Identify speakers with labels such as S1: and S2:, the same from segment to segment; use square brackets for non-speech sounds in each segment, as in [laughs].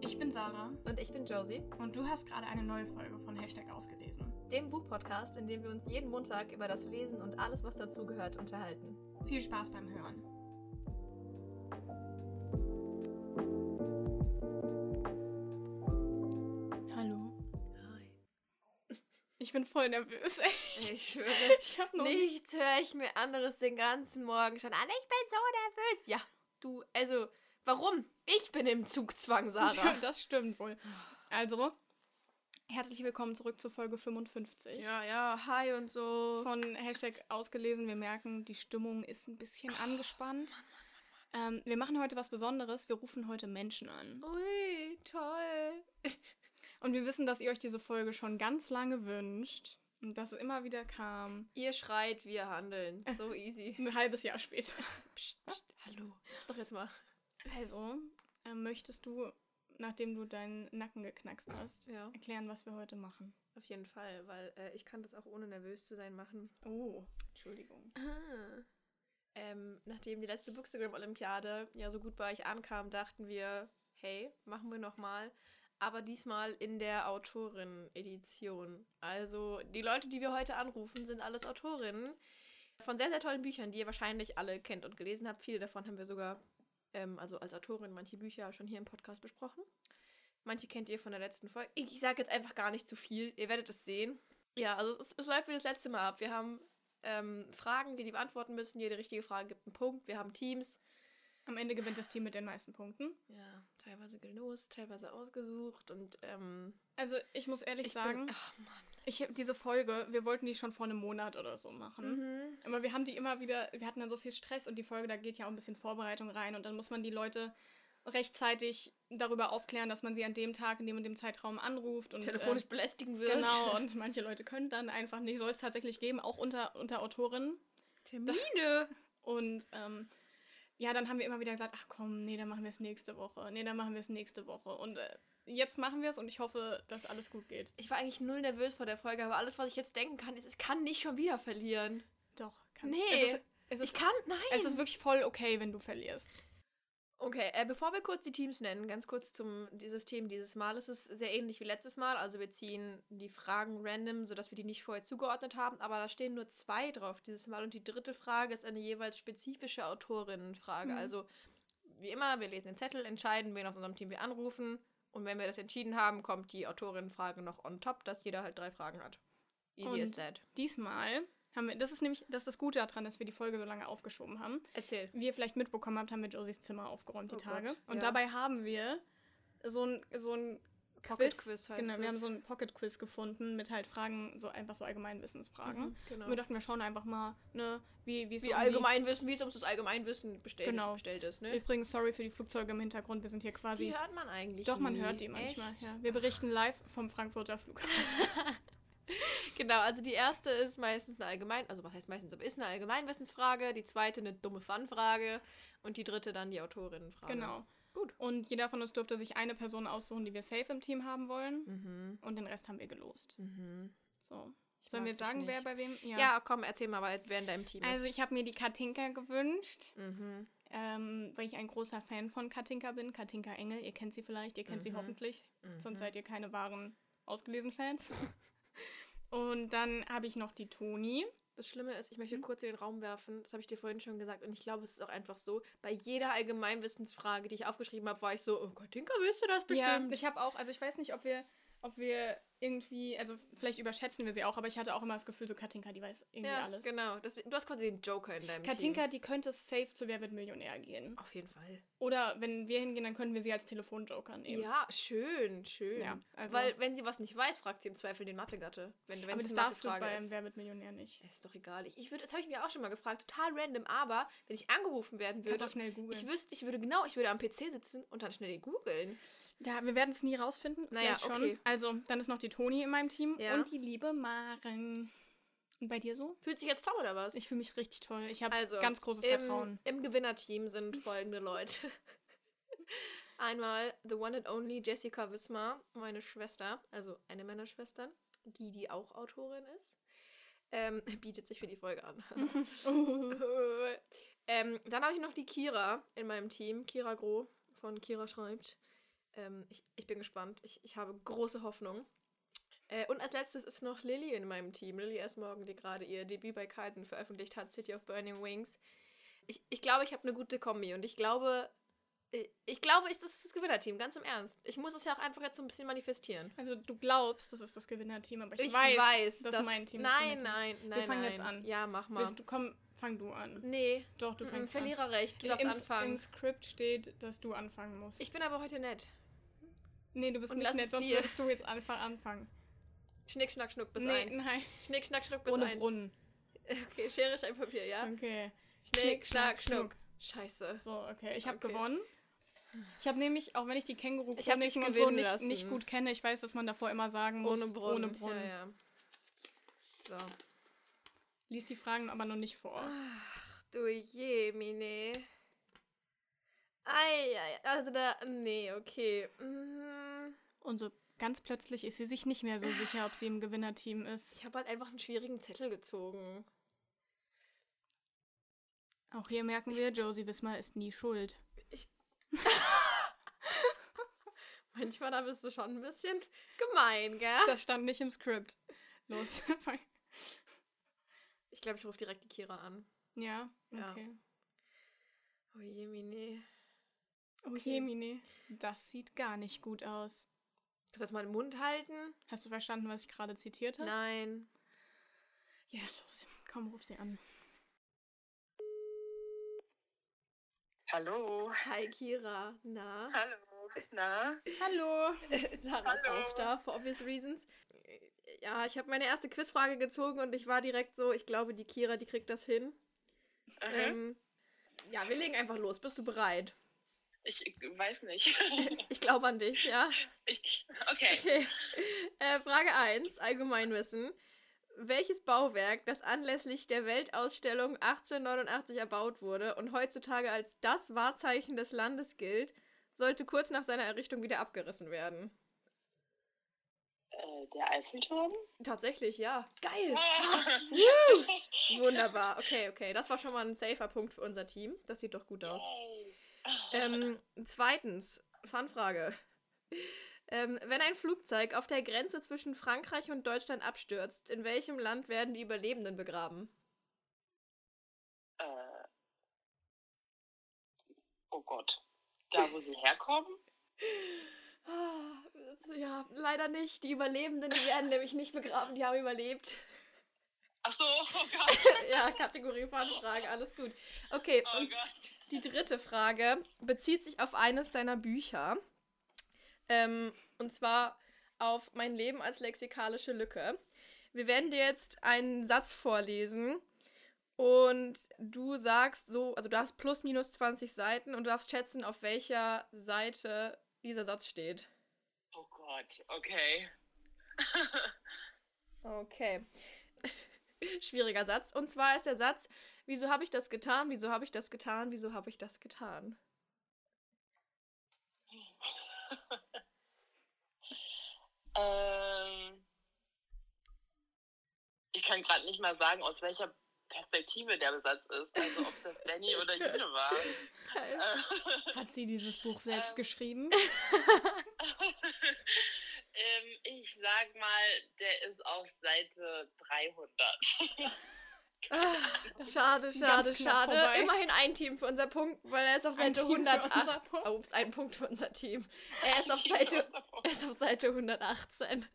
S1: Ich bin Sarah
S2: Und ich bin Josie,
S1: und du hast gerade eine neue Folge von Hashtag ausgelesen.
S2: dem Buchpodcast, in dem wir uns jeden Montag über das Lesen und alles, was dazugehört, unterhalten.
S1: Viel Spaß beim Hören. Hallo.
S2: Hi.
S1: Ich bin voll nervös.
S2: [laughs] Ich schwöre,
S1: [laughs] Ich habe
S2: nichts höre ich mir anderes den ganzen Morgen schon an. Ich bin so nervös. Ja, du, also, warum? Ich bin im Zugzwang,
S1: Ja,
S2: Sarah.
S1: das stimmt wohl. Also, herzlich willkommen zurück zur Folge 55.
S2: ja, hi und so.
S1: Von Hashtag ausgelesen. Wir merken, die Stimmung ist ein bisschen
S2: Oh,
S1: angespannt. Ähm, wir machen heute was Besonderes. Wir rufen heute Menschen an.
S2: Ui, toll.
S1: Und wir wissen, dass ihr euch diese Folge schon ganz lange wünscht. Und dass es immer wieder kam.
S2: Ihr schreit, wir handeln. [laughs] So easy.
S1: Ein halbes Jahr später.
S2: Psst, psst, hallo. Lass doch jetzt mal.
S1: [laughs] Also, ähm, möchtest du, nachdem du deinen Nacken geknackst hast,
S2: Ja.
S1: erklären, was wir heute machen?
S2: Auf jeden Fall, weil äh, ich kann das auch ohne nervös zu sein machen.
S1: Oh, Entschuldigung.
S2: Ah. Ähm, nachdem die letzte Bookstagram-Olympiade ja so gut bei euch ankam, dachten wir, hey, machen wir nochmal. Aber diesmal in der Autorin-Edition. Also die Leute, die wir heute anrufen, sind alles Autorinnen von sehr, sehr tollen Büchern, die ihr wahrscheinlich alle kennt und gelesen habt. Viele davon haben wir sogar, ähm, also als Autorin, manche Bücher schon hier im Podcast besprochen. Manche kennt ihr von der letzten Folge. Ich, ich sage jetzt einfach gar nicht zu viel. Ihr werdet es sehen. Ja, also es, ist- es läuft wie das letzte Mal ab. Wir haben ähm, Fragen, die die beantworten müssen. Jede richtige Frage gibt einen Punkt. Wir haben Teams.
S1: Am Ende gewinnt das Team mit den meisten Punkten.
S2: Ja, teilweise gelost, teilweise ausgesucht und ähm,
S1: Also, ich muss ehrlich
S2: ich
S1: sagen,
S2: Bin, ach Mann.
S1: ich hab diese Folge, wir wollten die schon vor einem Monat oder so machen.
S2: Mhm.
S1: Aber wir haben die immer wieder, wir hatten dann so viel Stress und die Folge, da geht ja auch ein bisschen Vorbereitung rein und dann muss man die Leute rechtzeitig darüber aufklären, dass man sie an dem Tag, in dem und dem Zeitraum anruft und
S2: Telefonisch
S1: äh,
S2: belästigen wird.
S1: Genau,
S2: [laughs]
S1: und manche Leute können dann einfach nicht, soll es tatsächlich geben, auch unter, unter Autorinnen.
S2: Termine.
S1: Und ähm, ja, dann haben wir immer wieder gesagt, ach komm, nee, dann machen wir es nächste Woche, nee, dann machen wir es nächste Woche. Und äh, jetzt machen wir es und ich hoffe, dass alles gut geht.
S2: Ich war eigentlich null nervös vor der Folge, aber alles, was ich jetzt denken kann, ist, ich kann nicht schon wieder verlieren.
S1: Doch,
S2: Nee.
S1: Es ist, es
S2: Ich
S1: ist,
S2: kann, nein.
S1: es ist wirklich voll okay, wenn du verlierst.
S2: Okay, äh, bevor wir kurz die Teams nennen, ganz kurz zum die System dieses Mal. Es ist sehr ähnlich wie letztes Mal. Also wir ziehen die Fragen random, sodass wir die nicht vorher zugeordnet haben. Aber da stehen nur zwei drauf dieses Mal. Und die dritte Frage ist eine jeweils spezifische Autorinnenfrage.
S1: Mhm.
S2: Also wie immer, wir lesen den Zettel, entscheiden, wen aus unserem Team wir anrufen. Und wenn wir das entschieden haben, kommt die Autorinnenfrage noch on top, dass jeder halt drei Fragen hat. Easy
S1: Und-
S2: as that.
S1: Diesmal haben wir, das ist nämlich, das ist das Gute daran, dass wir die Folge so lange aufgeschoben haben.
S2: Erzähl.
S1: Wie ihr vielleicht mitbekommen habt, haben wir Josies Zimmer aufgeräumt die
S2: Oh
S1: Tage.
S2: Gott,
S1: Und
S2: ja.
S1: dabei haben wir so ein, so ein
S2: Pocket
S1: Quiz,
S2: Quiz heißt
S1: genau, wir
S2: es.
S1: haben so ein Pocket Quiz gefunden mit halt Fragen, so einfach so Allgemeinwissensfragen.
S2: Mhm, genau.
S1: Und wir dachten, wir schauen einfach mal, ne, wie wie es
S2: Wie
S1: um
S2: Allgemeinwissen, wie es ums das Allgemeinwissen bestellt,
S1: Genau.
S2: bestellt ist, ne?
S1: Übrigens, sorry für die Flugzeuge im Hintergrund, wir sind hier quasi.
S2: Die hört man eigentlich
S1: Doch, man
S2: nie.
S1: hört die manchmal.
S2: Echt?
S1: Ja. Wir berichten live vom Frankfurter Flughafen.
S2: Genau, also die erste ist meistens eine Allgemein... Also was heißt meistens? Aber ist eine Allgemeinwissensfrage. Die zweite eine dumme Fun-Frage. Und die dritte dann die Autorinnenfrage.
S1: genau.
S2: Gut.
S1: Und jeder von uns durfte sich eine Person aussuchen, die wir safe im Team haben wollen.
S2: Mhm,
S1: Und den Rest haben wir gelost. So. Sollen
S2: mag
S1: wir jetzt
S2: dich
S1: sagen, wer
S2: nicht.
S1: bei wem?
S2: mhm. Ja. komm, erzähl mal, wer- wer in deinem Team
S1: Also
S2: ist.
S1: ich habe mir die Katinka gewünscht,
S2: Mhm.
S1: ähm, weil ich ein großer Fan von Katinka bin. Katinka Engel, ihr kennt sie vielleicht, ihr kennt sie hoffentlich,
S2: mhm.
S1: sonst halt seid ihr keine wahren ausgelesen Fans. [laughs] Und dann habe ich noch die Toni.
S2: Das Schlimme ist, ich möchte
S1: Hm?
S2: kurz in den Raum werfen. Das habe ich dir vorhin schon gesagt. Und ich glaube, es ist auch einfach so. Bei jeder Allgemeinwissensfrage, die ich aufgeschrieben habe, war ich so, oh Gott, Dinka, wüsste das
S1: Ja,
S2: bestimmt.
S1: ich habe auch, also ich weiß nicht, ob wir, ob wir irgendwie, also vielleicht überschätzen wir sie auch, aber ich hatte auch immer das Gefühl, so Katinka, die weiß irgendwie
S2: Ja,
S1: alles.
S2: genau. Das, du hast quasi den Joker in deinem Team.
S1: Katinka, die könnte safe zu Wer wird Millionär gehen.
S2: Auf jeden Fall.
S1: Oder wenn wir hingehen, dann könnten wir sie als Telefonjoker nehmen.
S2: Ja, schön, schön.
S1: Ja, also-
S2: Weil, wenn sie was nicht weiß, fragt sie im Zweifel den Mathegatte. Wenn, wenn
S1: aber
S2: es
S1: das
S2: eine
S1: darfst du
S2: Mathefrage
S1: beim
S2: ist.
S1: Wer wird Millionär nicht.
S2: Ist doch egal. Ich, ich würde, das habe ich mir auch schon mal gefragt, total random, aber wenn ich angerufen werden würde.
S1: Kannst auch schnell googeln.
S2: Ich wüsste, ich würde genau, ich würde am PC sitzen und dann schnell googeln.
S1: Da, wir werden es nie rausfinden.
S2: Naja,
S1: Vielleicht schon.
S2: okay.
S1: Also, dann ist noch die Toni in meinem Team
S2: Ja.
S1: und die liebe Maren. Und bei dir so?
S2: Fühlt sich jetzt toll oder was?
S1: Ich fühle mich richtig toll. Ich habe
S2: also,
S1: ganz großes
S2: im,
S1: Vertrauen.
S2: Im Gewinnerteam sind folgende Leute. [laughs] Einmal the one and only Jessica Wismar, meine Schwester, also eine meiner Schwestern, die, die auch Autorin ist. Ähm, [laughs] bietet sich für die
S1: [laughs]
S2: Folge an. [laughs] ähm, dann habe ich noch die Kira in meinem Team, Kira Groh von Kira schreibt. Ähm, ich, ich bin gespannt. Ich, ich habe große Hoffnung. Äh, und als letztes ist noch Lilly in meinem Team. Lilly S. Morgan, die gerade ihr Debüt bei Kaisen veröffentlicht hat, City of Burning Wings. Ich, ich glaube, ich habe eine gute Kombi und ich glaube, ich, ich glaube, ich, das ist das Gewinnerteam, ganz im Ernst. Ich muss es ja auch einfach jetzt so ein bisschen manifestieren.
S1: Also du glaubst, das ist das Gewinnerteam, aber ich,
S2: Ich
S1: weiß,
S2: weiß,
S1: dass
S2: dass-
S1: mein Team das
S2: Nein,
S1: Gewinnerteam
S2: nein,
S1: ist.
S2: nein.
S1: Wir fangen
S2: nein.
S1: jetzt an.
S2: Ja, mach mal.
S1: Willst du, komm, fang du an.
S2: Nee,
S1: Doch, du
S2: mm,
S1: fängst an.
S2: Verliererrecht. Du darfst
S1: Im,
S2: anfangen.
S1: Im Skript steht, dass du anfangen musst.
S2: Ich bin aber heute nett.
S1: nee, du bist
S2: und
S1: nicht
S2: lass
S1: nett,
S2: es
S1: sonst
S2: dir.
S1: würdest du jetzt einfach anfangen.
S2: Schnick, schnack, schnuck bis
S1: nee,
S2: eins.
S1: nein.
S2: Schnick, schnack, schnuck bis
S1: Ohne
S2: eins.
S1: Brunnen. Mhm.
S2: Okay, Schere, Stein, Papier, ja?
S1: Okay.
S2: Schnick, schnack, schnuck. Scheiße.
S1: So, okay. Ich habe
S2: Okay.
S1: gewonnen. Ich habe nämlich, auch wenn ich die känguru
S2: Ich hab dich
S1: und so
S2: gewinnen
S1: nicht,
S2: lassen.
S1: nicht gut kenne, ich weiß, dass man davor immer sagen muss,
S2: Ohne Brunnen.
S1: ohne Brunnen.
S2: Ja, ja. So.
S1: Lies die Fragen aber noch nicht vor.
S2: Ach du je, Mine. Ei, ei, also da, nee, okay. Mm,
S1: Und so ganz plötzlich ist sie sich nicht mehr so sicher, ob sie im Gewinnerteam ist.
S2: Ich habe halt einfach einen schwierigen Zettel gezogen.
S1: Auch hier merken wir, Josie Wismar ist nie schuld.
S2: Manchmal, da bist du schon ein bisschen gemein, gell?
S1: Das stand nicht im Skript. Los. [laughs] fang-
S2: Ich glaube, ich rufe direkt die Kira an.
S1: ja,
S2: Ja.
S1: okay.
S2: Oh je, Mine.
S1: Oh
S2: Okay.
S1: je, Mine. Das sieht gar nicht gut aus.
S2: Kannst du jetzt mal den Mund halten?
S1: Hast du verstanden, was ich gerade zitiert habe?
S2: Nein.
S1: Ja, los. Komm, ruf sie an.
S3: Hallo.
S2: Hi, Kira. Na?
S3: Hallo. Na?
S1: Hallo.
S2: [laughs] Sarah ist
S3: Hallo.
S2: auch da, for obvious reasons. Ja, ich habe meine erste Quizfrage gezogen und ich war direkt so, ich glaube, die Kira, die kriegt das hin.
S3: Aha.
S2: Ähm, ja, wir legen einfach los. Bist du bereit?
S3: Ich weiß nicht. [laughs]
S2: Ich glaube an dich, ja.
S3: Ich, okay.
S2: [laughs] Okay. Äh, Frage 1, Allgemeinwissen. Welches Bauwerk, das anlässlich der Weltausstellung 1889 erbaut wurde und heutzutage als das Wahrzeichen des Landes gilt, sollte kurz nach seiner Errichtung wieder abgerissen werden?
S3: Äh, der Eiffelturm?
S2: Tatsächlich, ja. Geil!
S3: Ah.
S2: Wunderbar. Okay, okay. Das war schon mal ein safer Punkt für unser Team. Das sieht doch gut aus.
S3: Yay.
S2: Ähm, zweitens, Fanfrage. Ähm, wenn ein Flugzeug auf der Grenze zwischen Frankreich und Deutschland abstürzt, in welchem Land werden die Überlebenden begraben?
S3: Äh, oh Gott. Da, wo sie herkommen?
S2: Ah, Ja, leider nicht. Die Überlebenden, die werden nämlich nicht begraben, die haben [laughs] überlebt.
S3: Ach so, oh Gott.
S2: Ja, Kategorie Fanfrage, alles gut. Okay, [laughs]
S3: Oh
S2: und
S3: Gott.
S2: Die dritte Frage bezieht sich auf eines deiner Bücher. Ähm, und zwar auf mein Leben als lexikalische Lücke. Wir werden dir jetzt einen Satz vorlesen und du sagst so, also du hast plus minus 20 Seiten und du darfst schätzen, auf welcher Seite dieser Satz steht.
S3: Oh Gott, okay.
S2: Okay. [laughs] Schwieriger Satz. Und zwar ist der Satz, wieso habe ich das getan, wieso habe ich das getan, wieso habe ich das getan?
S3: Ähm, ich kann gerade nicht mal sagen, aus welcher Perspektive der Besatz ist. Also, ob das Benny oder Jule war.
S2: Geil.
S3: Äh,
S1: Hat sie dieses Buch selbst
S3: Ähm.
S2: [laughs]
S1: geschrieben?
S3: [laughs] ähm, ich sag mal, der ist auf Seite 300.
S2: Ah, schade, schade,
S1: ganz knapp
S2: schade.
S1: vorbei.
S2: Immerhin ein Team für unser Punkt, weil er ist auf
S1: Ein
S2: Seite
S1: Team für
S2: 108.
S1: unser Punkt.
S2: Oh, ups, ein Punkt für unser Team. Er ist auf Seite, er ist auf Seite 118.
S3: [laughs]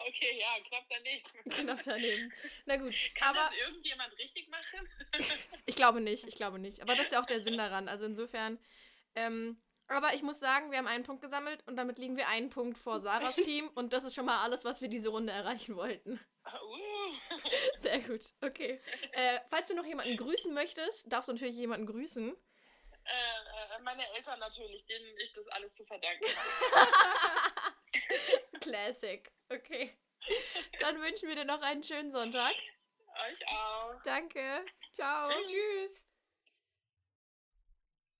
S3: Okay, ja, knapp daneben.
S2: Knapp daneben. Na gut,
S3: Kann
S2: aber
S3: das irgendjemand richtig machen? [laughs]
S2: ich glaube nicht, ich glaube nicht. Aber das ist ja auch der Sinn daran. Also insofern. Ähm, aber ich muss sagen, wir haben einen Punkt gesammelt und damit liegen wir einen Punkt vor Sarahs Team. Und das ist schon mal alles, was wir diese Runde erreichen wollten.
S3: Uh,
S2: Sehr gut, okay. Äh, falls du noch jemanden grüßen möchtest, darfst du natürlich jemanden grüßen.
S3: äh, äh, meine Eltern natürlich, denen ich das alles zu verdanken
S4: [laughs]
S3: habe.
S2: Classic. Okay. Dann wünschen wir dir noch einen schönen Sonntag.
S3: Euch auch.
S2: Danke. Ciao.
S1: Tschüss.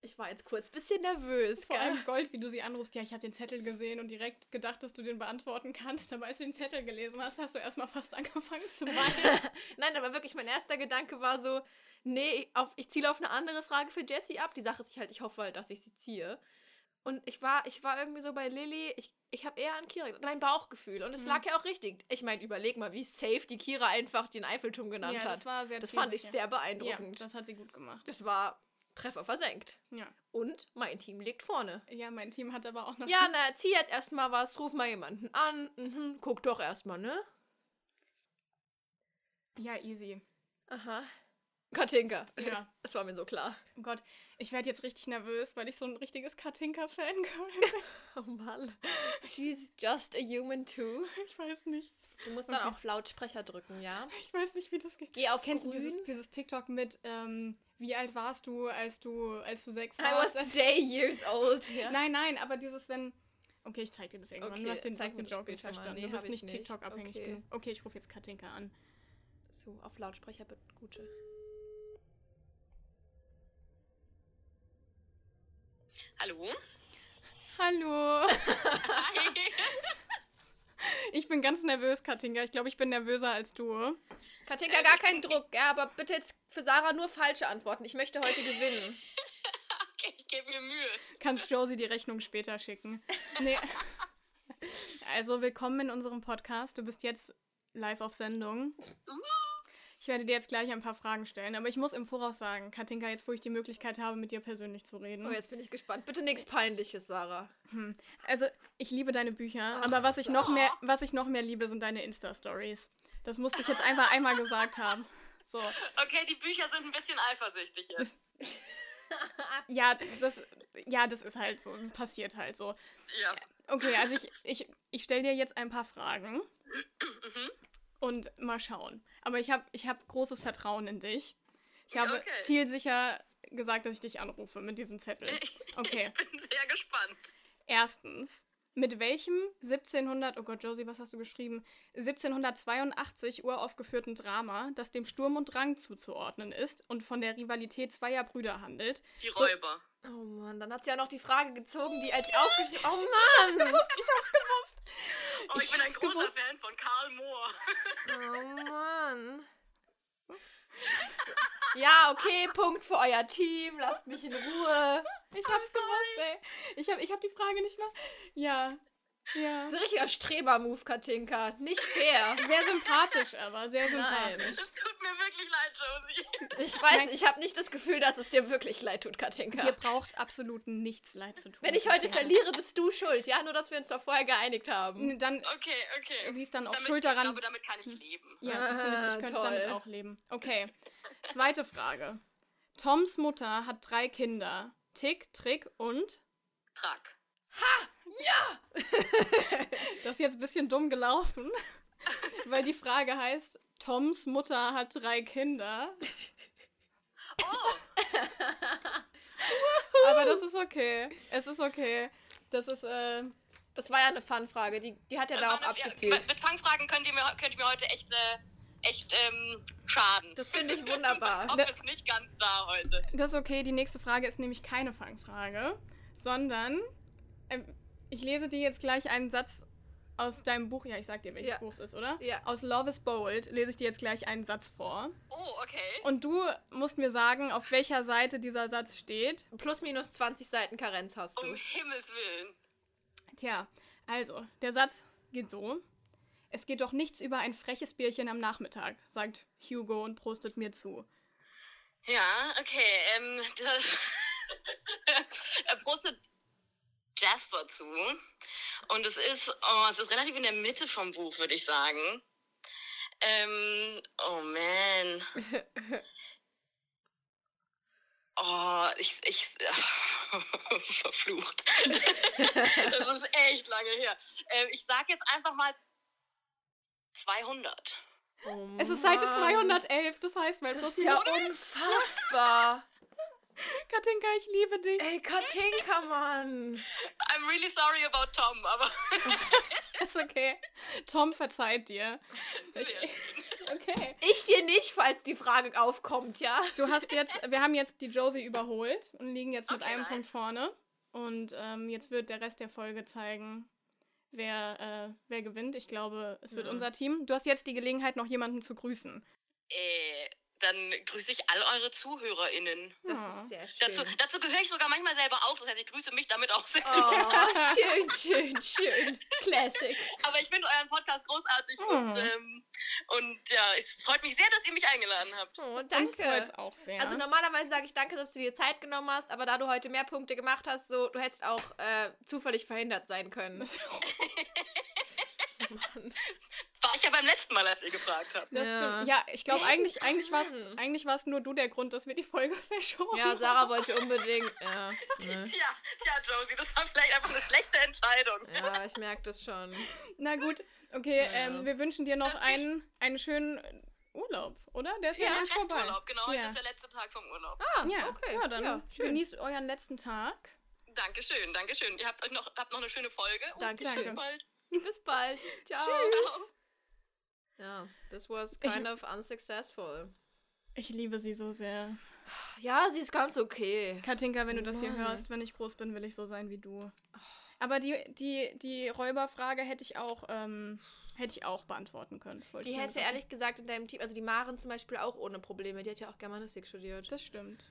S2: Ich war jetzt kurz ein bisschen nervös,
S1: Vor
S2: gell?
S1: allem Gold, wie du sie anrufst. Ja, ich habe den Zettel gesehen und direkt gedacht, dass du den beantworten kannst. Aber als du den Zettel gelesen hast, hast du erstmal fast angefangen
S2: [laughs]
S1: zu weinen.
S2: Nein, aber wirklich, mein erster Gedanke war so, nee, auf, ich ziele auf eine andere Frage für Jessie ab. Die Sache ist ich halt, ich hoffe halt, dass ich sie ziehe. Und ich war, ich war irgendwie so bei Lilly, ich, ich habe eher an Kira gedacht, mein Bauchgefühl. Und es
S1: Mhm.
S2: lag ja auch richtig. Ich meine, überleg mal, wie safe die Kira einfach den Eiffelturm genannt
S1: ja,
S2: hat.
S1: das war sehr
S2: das fand ich
S1: zielsicher.
S2: sehr beeindruckend.
S1: Ja,
S2: das,
S1: das hat sie gut gemacht.
S2: war Treffer versenkt.
S1: Ja.
S2: Und mein Team liegt vorne.
S1: ja, mein Team hat aber auch noch.
S2: Ja,
S1: nicht-
S2: na, zieh jetzt erstmal was, ruf mal jemanden an. Mhm, guck doch erstmal, ne?
S1: ja easy.
S2: Aha. Katinka.
S1: Ja.
S2: [laughs] Das war mir so klar.
S1: Oh Gott, ich werde jetzt richtig nervös, weil ich so ein richtiges [laughs] Katinka-Fangirl bin.
S2: Oh Mann. She's just a human too.
S1: Ich weiß nicht.
S2: Du musst
S1: Okay.
S2: dann auch Lautsprecher drücken, ja?
S1: Ich weiß nicht, wie das geht.
S2: Geh auf
S1: Kennst
S2: grün.
S1: du dieses, dieses TikTok mit, ähm, wie alt warst du, als du, als du sechs
S2: I was
S1: warst?
S2: today years old. Ja.
S1: Nein, nein, aber dieses, wenn. Okay, ich zeig dir das irgendwann.
S2: Okay,
S1: du hast den, du
S2: zeig
S1: hast
S2: mir
S1: den
S2: das
S1: Joke nicht
S2: später mal.
S1: verstanden.
S2: Nee,
S1: du
S2: hab
S1: bist nicht
S2: ich nicht.
S1: TikTok-abhängig
S2: Okay.
S1: genug. Okay, ich rufe jetzt Katinka an.
S2: So, auf Lautsprecher bitte. Gute.
S3: [laughs]
S4: Hallo?
S2: [laughs]
S1: Hallo!
S4: Hi.
S1: Ich bin ganz nervös, Katinka. Ich glaube, ich bin nervöser als du.
S2: Katinka, gar keinen Druck, ja, aber bitte jetzt für Sarah nur falsche Antworten. Ich möchte heute gewinnen.
S4: Okay, ich gebe mir Mühe.
S1: Kannst Josie die Rechnung später schicken.
S2: [laughs]
S1: Nee. Also, willkommen in unserem Podcast. Du bist jetzt live auf Sendung. Ich werde dir jetzt gleich ein paar Fragen stellen, aber ich muss im Voraus sagen, Katinka, jetzt wo ich die Möglichkeit habe, mit dir persönlich zu reden.
S2: [laughs] Oh, jetzt bin ich gespannt. Äh. Bitte nichts Peinliches, Sarah.
S1: Hm. Also, ich liebe deine Bücher,
S2: Ach
S1: aber was ich,
S2: so.
S1: noch mehr, was ich noch mehr liebe, sind deine Insta-Stories. Das musste ich jetzt einfach einmal gesagt haben. So.
S4: Okay, die Bücher sind ein bisschen eifersüchtig jetzt.
S1: Ja, das, ja, das ist halt so. Das passiert halt so.
S4: Ja.
S1: Okay, also ich, ich, ich stelle dir jetzt ein paar Fragen
S4: Mhm.
S1: und mal schauen. Aber ich habe ich hab großes Vertrauen in dich. Ich habe
S4: Okay.
S1: zielsicher gesagt, dass ich dich anrufe mit diesem Zettel. Okay.
S4: Ich bin sehr gespannt.
S1: Erstens, mit welchem 1700, oh Gott, Josie, was hast du geschrieben? 1782 uraufgeführten Drama, das dem Sturm und Drang zuzuordnen ist und von der Rivalität zweier Brüder handelt.
S4: Die Räuber.
S2: Oh Mann, dann hat sie ja noch die Frage gezogen, die als ich aufgeschrieben Oh Mann!
S1: Ich hab's gewusst.
S4: Oh, ich,
S1: Ich
S4: bin ein
S1: hab's
S4: großer
S1: gewusst.
S4: Fan von Karl Mohr.
S2: Oh Mann. Scheiße. Ja, okay, Punkt für euer Team. Lasst mich in Ruhe.
S1: Ich hab's gewusst, ey. Ich hab, ich hab die Frage nicht mehr. Ja. Ja.
S2: So ein richtiger Streber-Move, Katinka. Nicht fair.
S1: Sehr sympathisch, aber sehr
S2: Nein.
S1: sympathisch.
S4: Es tut mir wirklich leid, Josie.
S2: Ich weiß nicht, ich habe nicht das Gefühl, dass es dir wirklich leid tut, Katinka.
S1: Dir braucht absolut nichts leid zu tun.
S2: Wenn ich heute
S1: Katinka.
S2: verliere, bist du schuld. Ja, nur dass wir uns doch vorher geeinigt haben.
S1: Dann
S4: Okay, okay.
S1: siehst dann auch
S4: Damit,
S1: schuld
S4: ich
S1: daran.
S4: glaube, damit kann ich leben.
S1: Ja, das finde ich,
S2: Ah,
S1: ich könnte
S2: toll.
S1: damit auch leben. Okay. Zweite Frage. Toms Mutter hat drei Kinder. Tick, Trick und.
S4: Trag.
S1: Das ist jetzt ein bisschen dumm gelaufen, [laughs] weil die Frage heißt: Toms Mutter hat drei Kinder.
S4: Oh,
S1: [laughs] Aber das ist okay. Es ist okay. Das ist, äh,
S2: Das war ja eine Fun-Frage, die, die hat ja
S4: das war
S2: darauf
S4: das, ja,
S2: abgezielt.
S4: mit, mit Fangfragen könnt ihr mir, könnt ihr mir heute echt, äh, echt ähm, schaden.
S2: Das finde ich
S4: Mein [laughs]
S2: wunderbar.
S4: Kopf ist nicht ganz da heute.
S1: das ist okay. Die nächste Frage ist nämlich keine Fangfrage, sondern ähm, ich lese dir jetzt gleich einen Satz aus deinem Buch. Ja, ich sag dir, welches
S2: Ja.
S1: Buch es ist, oder?
S2: Ja.
S1: Aus Love is Bold lese ich dir jetzt gleich einen Satz vor.
S4: Oh, okay.
S1: Und du musst mir sagen, auf welcher Seite dieser Satz steht.
S2: Plus minus 20 Seiten Karenz hast du.
S4: Um Himmels Willen.
S1: Tja, also, der Satz geht so. Es geht doch nichts über ein freches Bierchen am Nachmittag, sagt Hugo und prostet mir zu.
S4: Ja, okay. Ähm, [laughs] da- er postet Jasper zu. Und es ist, oh, es ist relativ in der Mitte vom Buch, würde ich sagen. Ähm, oh man. Oh, ich, ich [laughs] verflucht. [laughs] das ist echt lange her. Ähm, ich sag jetzt einfach mal 200.
S2: Oh
S1: Es ist Seite
S2: Mann.
S1: 211, das heißt, mein
S2: Das ist
S1: Plus-
S2: ja unfassbar.
S1: Katinka, ich liebe dich.
S2: Ey, Katinka, Mann.
S4: I'm really sorry about Tom, aber
S1: [laughs] Ist okay. Tom verzeiht dir.
S4: [laughs] Sehr
S1: Okay.
S2: Ich dir nicht, falls die Frage aufkommt, ja?
S1: Du hast jetzt, wir haben jetzt die Josie überholt und liegen jetzt mit
S4: Okay,
S1: einem
S4: nice.
S1: Punkt vorne. Und ähm, jetzt wird der Rest der Folge zeigen, wer, äh, wer gewinnt. Ich glaube, es wird
S2: Mhm.
S1: unser Team. Du hast jetzt die Gelegenheit, noch jemanden zu grüßen.
S4: Äh,
S3: dann grüße ich all eure ZuhörerInnen.
S2: Das
S1: Ja.
S2: ist sehr schön.
S3: Dazu,
S2: [laughs]
S3: dazu gehöre ich sogar manchmal selber auch. Das heißt, ich grüße mich damit auch selber.
S2: Oh, schön, schön, schön. Classic.
S3: Aber ich finde euren Podcast großartig
S1: Mhm.
S3: und, ähm, und ja, es freut mich sehr, dass ihr mich eingeladen habt.
S2: Oh,
S1: Uns freut's
S2: danke.
S1: auch sehr.
S2: Also normalerweise sage ich danke, dass du dir Zeit genommen hast, aber da du heute mehr Punkte gemacht hast, so du hättest auch äh, zufällig verhindert sein können. Mann.
S3: War ich ja beim letzten Mal, als ihr gefragt habt.
S1: das
S2: Ja.
S1: stimmt. Ja, ich glaube, eigentlich, eigentlich war es
S2: Hm.
S1: eigentlich war's nur du der Grund, dass wir die Folge [laughs] verschoben
S2: [laughs] Ja, Sarah wollte unbedingt. Ja, ne.
S3: Tja, tja, Josie, das war vielleicht einfach eine schlechte Entscheidung.
S2: ja ich merke das schon.
S1: Na gut, okay,
S2: Ja.
S1: ähm, wir wünschen dir noch
S3: Darf ich-
S1: einen, einen schönen Urlaub, oder? Der ist ja,
S3: Ja,
S1: noch nicht vorbei.
S3: Resturlaub, genau. Heute
S1: Ja.
S3: ist der letzte Tag vom Urlaub.
S2: Ah,
S1: Ja,
S2: okay.
S1: ja, dann
S2: schön.
S1: genießt euren letzten Tag.
S3: Dankeschön, Dankeschön. Ihr habt euch noch, habt noch eine schöne Folge. Und
S2: Danke,
S3: bis
S1: danke.
S3: bald.
S2: Bis [laughs] bald. Ciao.
S3: Ciao.
S2: Ja, this was
S1: Ich-
S2: kind of unsuccessful.
S1: Ich liebe sie so sehr.
S2: Ja, sie ist ganz okay.
S1: Katinka, wenn du das hier
S2: Mann.
S1: hörst, wenn ich groß bin, will ich so sein wie du.
S2: Oh.
S1: Aber die, die, die Räuberfrage hätte ich auch, ähm, hätte ich auch beantworten können. Das wollte
S2: Die
S1: ich nur
S2: hätte
S1: sagen.
S2: ehrlich gesagt in deinem Team, also die Maren zum Beispiel auch ohne Probleme, die hat ja auch Germanistik studiert.
S1: Das stimmt.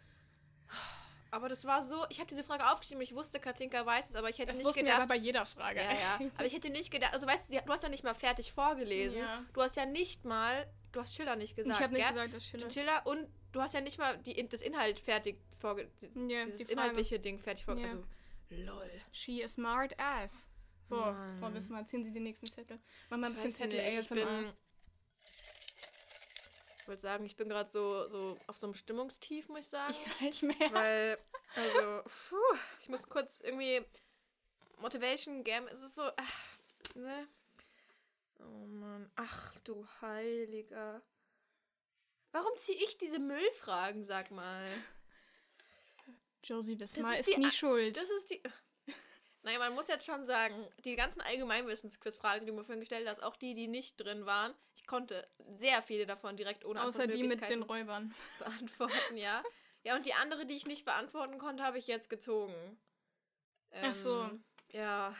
S2: Aber das war so, ich habe diese Frage aufgeschrieben, ich wusste, Katinka weiß es, aber ich hätte
S1: Das
S2: nicht
S1: wussten wir aber
S2: gedacht.
S1: bei jeder Frage.
S2: ja, ja. Aber ich hätte nicht gedacht, also weißt du, sie- du hast ja nicht mal fertig vorgelesen.
S1: Ja.
S2: Du hast ja nicht mal, du hast Schiller nicht gesagt.
S1: Ich habe nicht
S2: gell?
S1: gesagt, das Schiller.
S2: Den Schiller und du hast ja nicht mal die, das Inhalt fertig vorgelesen.
S1: Nee,
S2: dieses
S1: die Frage.
S2: inhaltliche Ding fertig
S1: Ja.
S2: vorgelesen. Also, lol.
S1: She is smart ass. So,
S2: Mann.
S1: Frau Wissmann, ziehen Sie den nächsten Zettel. Machen wir ein
S2: Ich
S1: bisschen
S2: weiß
S1: Zettel
S2: nicht, ich
S1: ASMR. [laughs]
S2: bin- Ich wollte sagen, ich bin gerade so, so auf so einem Stimmungstief, muss ich
S1: [laughs]
S2: sagen.
S1: Ja, ich merke. [laughs]
S2: Weil, also, puh, ich muss kurz irgendwie. Motivation Gam, es ist so. Ach, ne? Oh Mann. Ach du Heiliger. Warum ziehe ich diese Müllfragen, sag mal?
S1: Josie Wismar
S2: ist
S1: ist,
S2: die
S1: nie
S2: A-
S1: schuld.
S2: Das ist die. [laughs] Naja, man muss jetzt schon sagen, die ganzen Allgemeinwissensquizfragen, die du mir vorhin gestellt hast, auch die, die nicht drin waren, ich konnte sehr viele davon direkt ohne
S1: Außer die mit den
S2: Antwortmöglichkeiten
S1: Räubern.
S2: [laughs] beantworten, ja. Ja, und die andere, die ich nicht beantworten konnte, habe ich jetzt gezogen.
S1: Ach so.
S2: Ähm, Ja,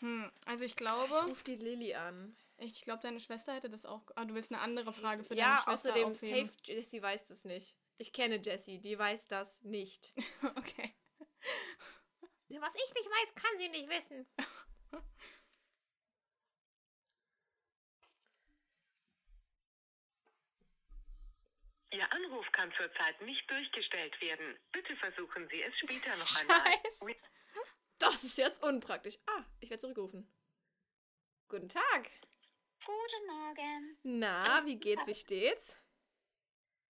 S1: Hm. Also ich
S2: ich
S1: glaube,
S2: rufe die Lilly an.
S1: ich, glaube, deine Schwester hätte das auch. Ah, du willst eine andere Frage für
S2: ja,
S1: deine Schwester
S2: außerdem,
S1: aufheben.
S2: safe, Jessie weiß das nicht. Ich kenne Jessie, die weiß das
S1: [laughs]
S2: nicht.
S1: Okay.
S2: Was ich nicht weiß, kann sie nicht wissen.
S5: Ihr Anruf kann zurzeit nicht durchgestellt werden. Bitte versuchen Sie es später noch einmal.
S1: Scheiße.
S2: Das ist jetzt unpraktisch. Ah, ich werde zurückgerufen. Guten Tag.
S6: Guten Morgen.
S2: Na, wie geht's, wie steht's?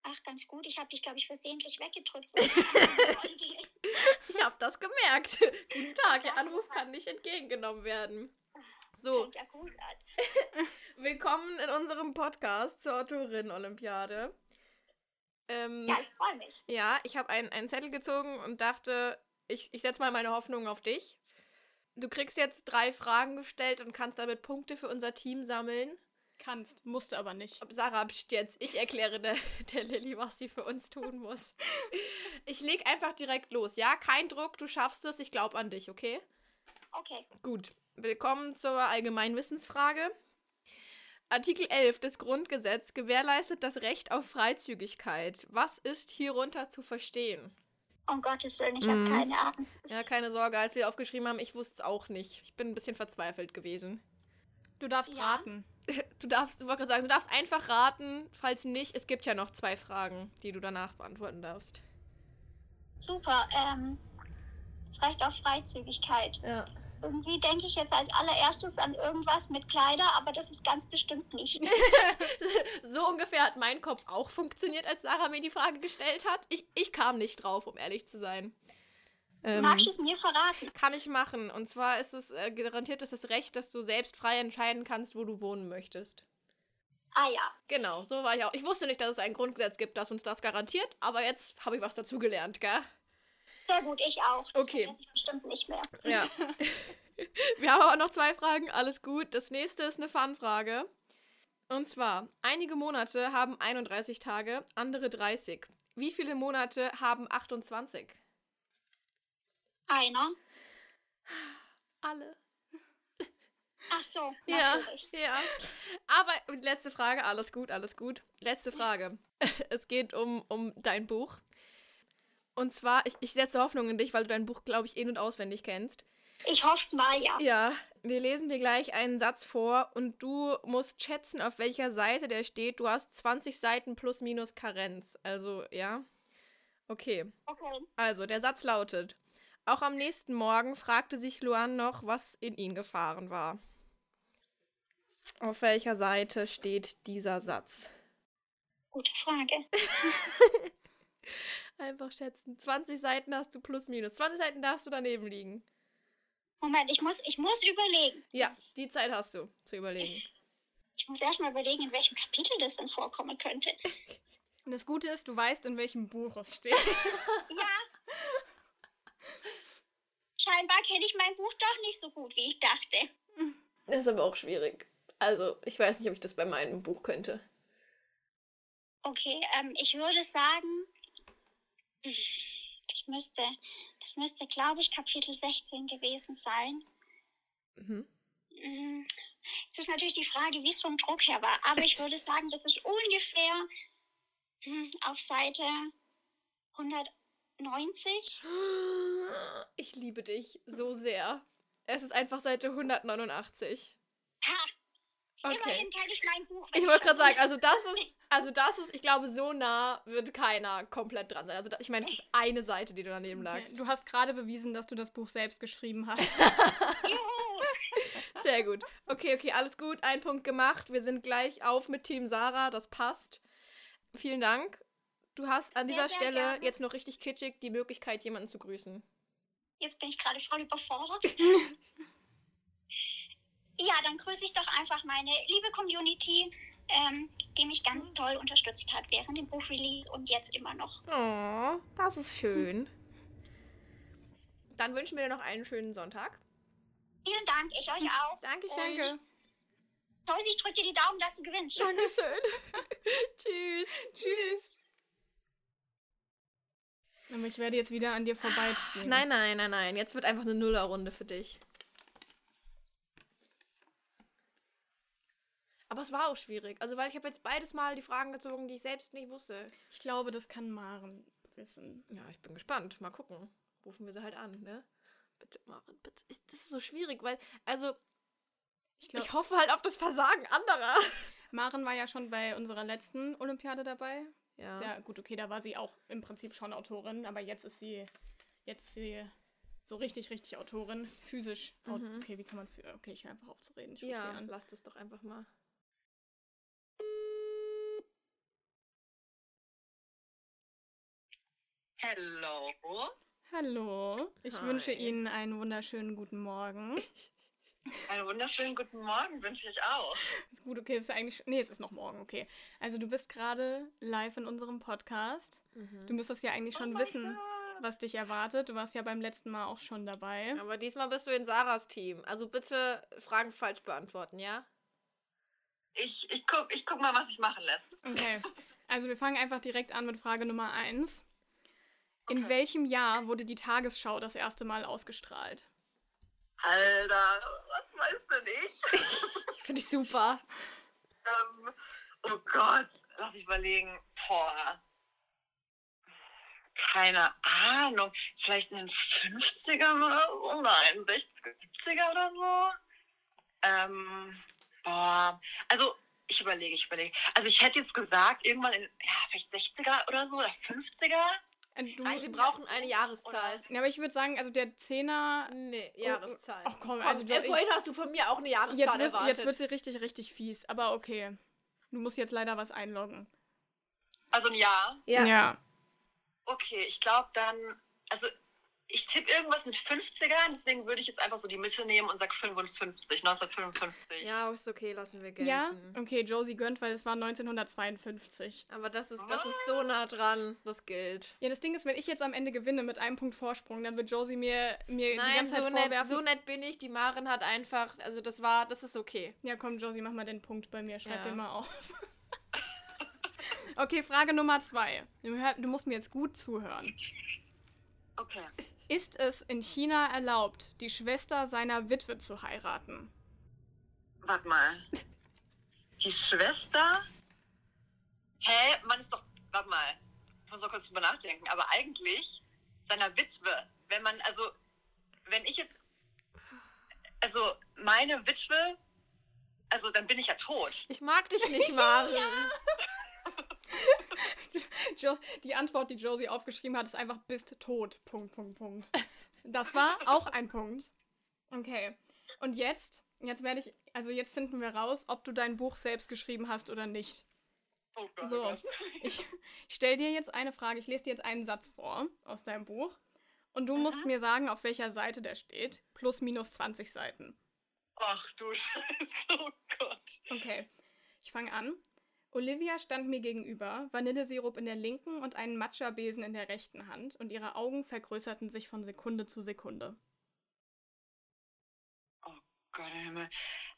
S6: Ach, ganz gut. Ich habe dich, glaube ich, versehentlich [laughs] weggedrückt. wo ich anrufen wollte.
S2: Ich hab das gemerkt. [laughs] Guten Tag, Ihr Anruf kann nicht entgegengenommen werden. So,
S6: Klingt ja gut.
S2: willkommen in unserem Podcast zur Autorin-Olympiade. Ähm,
S6: Ja, ich freue mich.
S2: ja, ich habe einen, einen Zettel gezogen und dachte, ich, ich setze mal meine Hoffnung auf dich. Du kriegst jetzt drei Fragen gestellt und kannst damit Punkte für unser Team sammeln.
S1: Kannst, musste aber nicht.
S2: Ob Sarah pst, jetzt, ich erkläre der, der Lilly, was sie für uns tun muss. Ich leg einfach direkt los, ja? Kein Druck, du schaffst es, ich glaube an dich, okay?
S6: Okay.
S2: Gut. Willkommen zur Allgemeinwissensfrage. Artikel 11 des Grundgesetzes gewährleistet das Recht auf Freizügigkeit. Was ist hierunter zu verstehen?
S6: Um Gottes Willen, ich
S2: Mhm.
S6: habe keine Ahnung.
S2: Ja, keine Sorge, als wir aufgeschrieben haben, ich wusste es auch nicht. Ich bin ein bisschen verzweifelt gewesen.
S1: Du darfst
S6: Ja.
S1: raten.
S2: Du darfst, ich wollte gerade sagen, du darfst einfach raten. Falls nicht, es gibt ja noch zwei Fragen, die du danach beantworten darfst.
S6: Super. Ähm, das Recht auf Freizügigkeit.
S2: Ja.
S6: Irgendwie denke ich jetzt als allererstes an irgendwas mit Kleider, aber das ist ganz bestimmt [laughs] nicht.
S2: So ungefähr hat mein Kopf auch funktioniert, als Sarah mir die Frage gestellt hat. Ich, ich kam nicht drauf, um ehrlich zu sein. Ähm,
S6: Magst du es mir verraten?
S2: kann ich machen. Und zwar ist es äh, garantiert ist das Recht, dass du selbst frei entscheiden kannst, wo du wohnen möchtest.
S6: Ah ja.
S2: Genau, so war ich auch. Ich wusste nicht, dass es ein Grundgesetz gibt, das uns das garantiert, aber jetzt habe ich was dazugelernt, gell?
S6: Sehr gut, ich auch. Das
S2: Okay.
S6: vergesse ich bestimmt nicht mehr.
S2: Ja. Wir haben aber noch zwei Fragen, alles gut. Das nächste ist eine Fun-Frage. Und zwar, einige Monate haben 31 Tage, andere 30. Wie viele Monate haben 28?
S6: Einer.
S2: Alle.
S6: Ach so,
S2: Ja,
S6: natürlich.
S2: ja. Aber und letzte Frage, alles gut, alles gut. Letzte Frage. [laughs] Es geht um, um dein Buch. Und zwar, ich, ich setze Hoffnung in dich, weil du dein Buch, glaube ich, in- und auswendig kennst.
S6: Ich hoffe es mal, ja.
S2: Ja, wir lesen dir gleich einen Satz vor und du musst schätzen, auf welcher Seite der steht. Du hast 20 Seiten plus minus Karenz. Also, ja. Okay.
S6: Okay.
S2: Also, der Satz lautet: Auch am nächsten Morgen fragte sich Luan noch, was in ihn gefahren war. Auf welcher Seite steht dieser Satz?
S6: Gute Frage.
S2: Einfach schätzen. 20 Seiten hast du plus minus. 20 Seiten darfst du daneben liegen.
S6: Moment, ich muss, ich muss überlegen.
S2: Ja, die Zeit hast du zu überlegen.
S6: Ich muss erstmal überlegen, in welchem Kapitel das denn vorkommen könnte.
S1: Und das Gute ist, du weißt, in welchem Buch es steht.
S2: [laughs]
S6: Ja. Scheinbar kenne ich mein Buch doch nicht so gut, wie ich dachte.
S2: Das ist aber auch schwierig. Also, ich weiß nicht, ob ich das bei meinem Buch könnte.
S6: Okay, ähm, ich würde sagen, das müsste, das müsste, glaube ich, Kapitel 16 gewesen sein.
S2: Mhm.
S6: Mm, Es ist natürlich die Frage, wie es vom Druck her war, aber ich würde sagen, das ist ungefähr hm, auf Seite 190.
S2: Ich liebe dich so sehr. Es ist einfach Seite 189.
S6: Ha,
S2: Okay.
S6: immerhin kenne ich mein Buch. wenn
S2: Ich wollte gerade sagen, also das ist, also das ist, ich glaube, so nah wird keiner komplett dran sein. Also da, ich meine, es ist eine Seite, die du daneben lagst.
S1: Du hast gerade bewiesen, dass du das Buch selbst geschrieben
S2: [laughs]
S1: hast.
S6: [laughs] Juhu.
S2: Sehr gut. Okay, okay, alles gut. Ein Punkt gemacht. Wir sind gleich auf mit Team Sarah. Das passt. Vielen Dank. Du hast an
S6: Sehr,
S2: dieser
S6: sehr
S2: Stelle
S6: gerne.
S2: jetzt noch richtig kitschig die Möglichkeit, jemanden zu grüßen.
S6: Jetzt bin ich gerade voll überfordert. ja, dann grüße ich doch einfach meine liebe Community, ähm, die mich ganz toll unterstützt hat während dem Buchrelease und jetzt immer noch.
S2: Oh, das ist schön. [laughs] Dann wünschen wir dir noch einen schönen Sonntag.
S6: Vielen Dank, ich euch auch.
S2: Dankeschön.
S6: Danke. Rosi, ich drücke dir die Daumen, dass du
S2: [laughs]
S6: gewinnst.
S2: Dankeschön. [laughs] Tschüss.
S1: Tschüss. Aber ich werde jetzt wieder an dir vorbeiziehen.
S2: Nein, nein, nein, nein. Jetzt wird einfach eine Nuller-Runde für dich. Aber es war auch schwierig. Also, weil ich habe jetzt beides Mal die Fragen gezogen, die ich selbst nicht wusste.
S1: Ich glaube, das kann Maren wissen.
S2: Ja, ich bin gespannt. Mal gucken. Rufen wir sie halt an, ne? Bitte, Maren, bitte. Ich, das ist so schwierig, weil, also,
S1: Ich glaube,
S2: ich hoffe halt auf das Versagen anderer.
S1: Maren war ja schon bei unserer letzten Olympiade dabei.
S2: Ja.
S1: Ja, gut, okay, da war sie auch im Prinzip schon Autorin, aber jetzt ist sie, jetzt ist sie so richtig, richtig Autorin. Physisch. Au-
S2: Mhm.
S1: Okay, wie kann man. phys- Okay, ich höre einfach auf zu reden. Ich ruf sie
S2: ja,
S1: an.
S2: lasst es doch einfach mal.
S3: Hello.
S1: Hallo. Ich wünsche
S2: Hi.
S1: Ihnen einen wunderschönen guten
S2: [laughs]
S1: Morgen.
S3: Einen wunderschönen guten Morgen wünsche ich auch.
S1: Ist gut, okay, es ist eigentlich. sch- Nee, es ist noch morgen, okay. Also, du bist gerade live in unserem Podcast.
S2: Mhm.
S1: Du müsstest ja
S2: Oh
S1: eigentlich schon
S3: mein
S1: wissen,
S3: Gott.
S1: was dich erwartet. Du warst ja beim letzten Mal auch schon dabei.
S2: Aber diesmal bist du in Sarahs Team. Also, bitte Fragen falsch beantworten, ja?
S3: Ich, ich, guck, ich guck mal, was sich machen lässt.
S1: Okay. Also, wir fangen einfach direkt an mit Frage Nummer 1. In
S3: Okay.
S1: welchem Jahr wurde die Tagesschau das erste Mal ausgestrahlt?
S3: Alter, was weiß denn ich?
S2: Finde ich super.
S3: Ähm, oh Gott, lass ich überlegen. Boah. Keine Ahnung. Vielleicht in den 50ern oder so? Nein, 60er, 70er oder so? Ähm, boah. Also, ich überlege, ich überlege. Also, ich hätte jetzt gesagt, irgendwann in, ja, vielleicht 60er oder so oder 50er.
S1: Äh, Du,
S2: Nein, Hm, wir brauchen eine Jahreszahl.
S1: Ja, aber ich würde sagen, also der Zehner.
S2: Nee, Jahreszahl.
S1: Ach komm, also du,
S2: äh, vorhin hast du von mir auch eine Jahreszahl
S1: jetzt, wirst,
S2: erwartet.
S1: jetzt wird sie richtig, richtig fies. Aber okay. Du musst jetzt leider was einloggen.
S3: Also, ein Jahr.
S2: ja.
S3: Okay, ich glaube dann, also ich tippe irgendwas mit 50ern, deswegen würde ich jetzt einfach so die Mitte nehmen und sage 55, 1955.
S2: ja, ist okay, Mhm. lassen wir gelten.
S1: Ja? Okay, Josie gönnt, weil es war 1952.
S2: Aber das ist, das ist so nah dran, das gilt.
S1: Ja, das Ding ist, wenn ich jetzt am Ende gewinne mit einem Punkt Vorsprung, dann wird Josie mir, mir die
S2: Nein,
S1: ganze Zeit
S2: so nett,
S1: vorwerfen.
S2: so nett bin ich. Die Maren hat einfach, also das war, das ist okay.
S1: Ja, komm, Josie, mach mal den Punkt bei mir. Schreib
S2: Ja.
S1: den mal auf. [laughs] okay, Frage Nummer zwei. Du hör- du musst mir jetzt gut zuhören.
S3: Okay.
S1: Ist es in China erlaubt, die Schwester seiner Witwe zu heiraten?
S3: Warte mal. Die Schwester? Hä? Man ist doch. Warte mal. Ich muss noch kurz drüber nachdenken. Aber eigentlich seiner Witwe. Wenn man, also, wenn ich jetzt. Also, meine Witwe. Also, dann bin ich ja tot.
S2: Ich mag dich [laughs] nicht, Maren.
S1: Jo die Antwort, die Josie aufgeschrieben hat, ist einfach bist tot. Punkt, Punkt, Punkt. Das war auch ein Punkt. Okay. Und jetzt, jetzt werde ich, also jetzt finden wir raus, ob du dein Buch selbst geschrieben hast oder nicht.
S3: Oh
S1: So.
S3: oh
S1: Ich, ich stelle dir jetzt eine Frage, ich lese dir jetzt einen Satz vor aus deinem Buch und du musst mir sagen, auf welcher Seite der steht. Plus, minus 20 Seiten.
S3: Ach du [laughs] Scheiße. Oh Gott.
S1: Okay, ich fange an. Olivia stand mir gegenüber, Vanillesirup in der linken und einen Matcha-Besen in der rechten Hand und ihre Augen vergrößerten sich von Sekunde zu Sekunde.
S3: Gott im Himmel.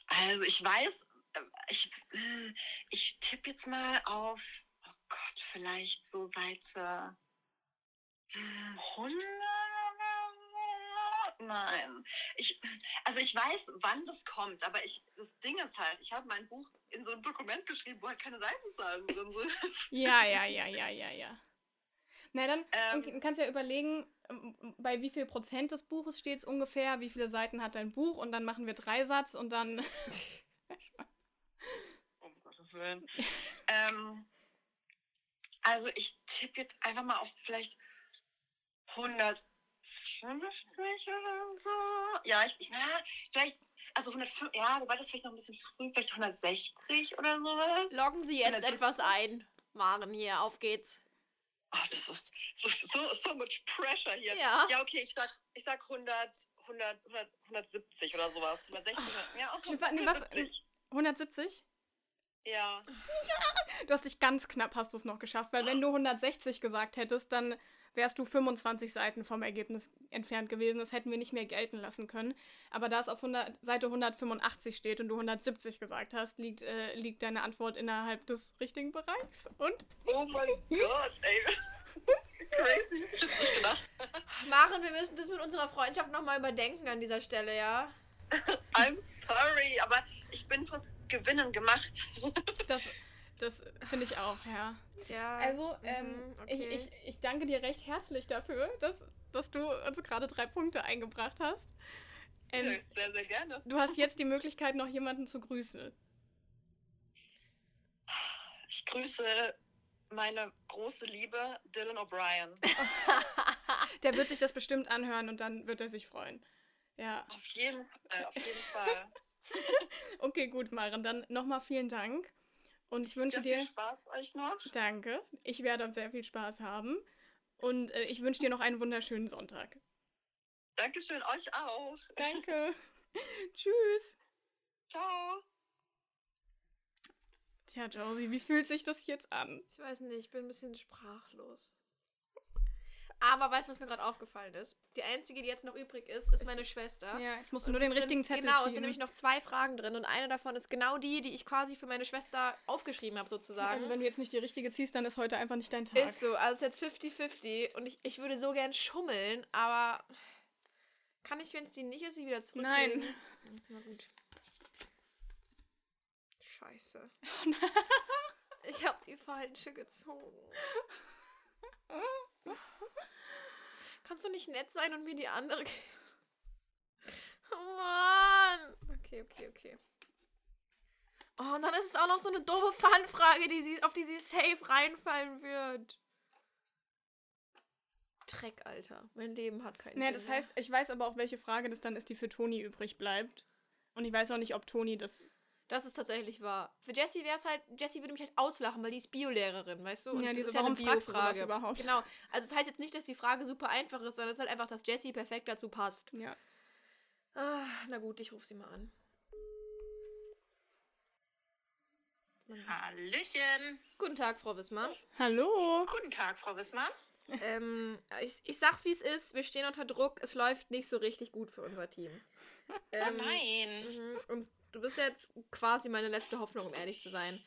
S3: Also ich weiß, äh, ich, hm, ich tippe jetzt mal auf, oh Gott, vielleicht so Seite hm, 100? Nein. Ich, also ich weiß, wann das kommt, aber ich, das Ding ist halt, ich habe mein Buch in so ein Dokument geschrieben, wo halt keine Seitenzahlen drin sind. [laughs]
S1: Ja, ja, ja, ja, ja, ja. Na dann
S3: Ähm.
S1: ähm, kannst ja überlegen, ähm, bei wie viel Prozent des Buches steht es ungefähr, wie viele Seiten hat dein Buch und dann machen wir drei Satz und dann.
S3: Um Gottes Willen. ähm, also ich tippe jetzt einfach mal auf vielleicht 150 oder so. Ja, ich, ich na, vielleicht, also 105, ja, wobei das vielleicht noch ein bisschen früh, vielleicht 160 oder sowas.
S2: Loggen Sie jetzt etwas ein. Maren, hier, auf geht's.
S3: Oh, das ist so, so, so much pressure hier.
S2: Ja.
S3: Ja, okay, ich sag, ich sag 100, 100, 100 170 oder sowas. 160, ja, auch
S1: Wa- nee, was-
S3: 170.
S1: 170?
S3: Ja.
S1: Du hast dich ganz knapp, hast du es noch geschafft, weil wenn du 160 gesagt hättest, dann wärst du 25 Seiten vom Ergebnis entfernt gewesen. Das hätten wir nicht mehr gelten lassen können. Aber da es auf 100, Seite 185 steht und du 170 gesagt hast, liegt, äh, liegt deine Antwort innerhalb des richtigen Bereichs. Und
S3: Oh mein Gott, ey. [laughs] Crazy. Ich hätte nicht gedacht.
S2: Maren, wir müssen das mit unserer Freundschaft nochmal überdenken an dieser Stelle, ja?
S3: I'm sorry, aber ich bin fürs Gewinnen gemacht.
S1: das, das finde ich auch, ja.
S2: Ja.
S1: Also, ähm,
S2: mhm, okay.
S1: ich, ich, ich danke dir recht herzlich dafür, dass, dass du uns gerade drei Punkte eingebracht hast. Ähm,
S3: [laughs] sehr, sehr gerne.
S1: Du hast jetzt die Möglichkeit, noch jemanden zu grüßen.
S3: Ich grüße meine große Liebe Dylan O'Brien.
S1: Der wird sich das bestimmt anhören und dann wird er sich freuen. Ja,
S3: Auf jeden Fall, auf jeden Fall.
S1: okay, gut, Maren. Dann nochmal vielen Dank. Und ich wünsche
S3: Ja, viel
S1: dir.
S3: Spaß euch noch.
S1: Danke. Ich werde sehr viel Spaß haben. Und äh, ich wünsche dir noch einen wunderschönen Sonntag.
S3: Dankeschön, euch auch.
S2: [laughs]
S1: Danke. Tschüss.
S3: Ciao.
S1: Tja, Josie, wie fühlt sich das jetzt an?
S2: Ich weiß nicht, ich bin ein bisschen sprachlos. Aber weißt du, was mir gerade aufgefallen ist? Die einzige, die jetzt noch übrig ist, ist, meine Schwester.
S1: Ja, jetzt musst du
S2: Und
S1: nur den
S2: es sind-
S1: richtigen Zettel
S2: Genau, es sind
S1: ziehen.
S2: nämlich noch zwei Fragen drin und eine davon ist genau die, die ich quasi für meine Schwester aufgeschrieben habe, sozusagen.
S1: also, wenn du jetzt nicht die richtige ziehst, dann ist heute einfach nicht dein Tag.
S2: ist so, also es ist jetzt 50-50 und ich, ich würde so gern schummeln, aber kann ich, wenn es die nicht ist, sie wieder zurücklegen?
S1: Nein.
S2: Na gut.
S1: [laughs]
S2: Scheiße. ich habe die falsche gezogen. Kannst du nicht nett sein und mir die andere geben? [laughs] Oh Mann. Okay, okay, okay. Oh, und dann ist es auch noch so eine doofe Fanfrage, die sie, auf die sie safe reinfallen wird. Dreck, Alter. Mein Leben hat keinen
S1: Naja,
S2: Sinn.
S1: das heißt, ich weiß aber auch, welche Frage das dann ist, die für Toni übrig bleibt. Und ich weiß auch nicht, ob Toni das.
S2: Das ist tatsächlich wahr. Für Jessie wäre es halt, Jessie würde mich halt auslachen, weil die ist Biolehrerin, weißt du?
S1: Ja,
S2: das
S1: die so,
S2: ist ja eine
S1: warum fragst du
S2: Biofrage.
S1: sowas überhaupt?
S2: Genau. Also das heißt jetzt nicht, dass die Frage super einfach ist, sondern es ist halt einfach, dass Jessie perfekt dazu passt.
S1: Ja.
S2: Ah, na gut, ich rufe sie mal an.
S5: Hallöchen.
S2: Guten Tag, Frau Wismar.
S1: Hallo.
S5: Guten Tag, Frau Wissmann.
S2: ähm, ich, ich sag's, wie es ist. Wir stehen unter Druck. Es läuft nicht so richtig gut für unser Team. Ähm,
S5: nein.
S3: Oh
S2: mhm, Und du bist jetzt quasi meine letzte Hoffnung, um ehrlich zu sein.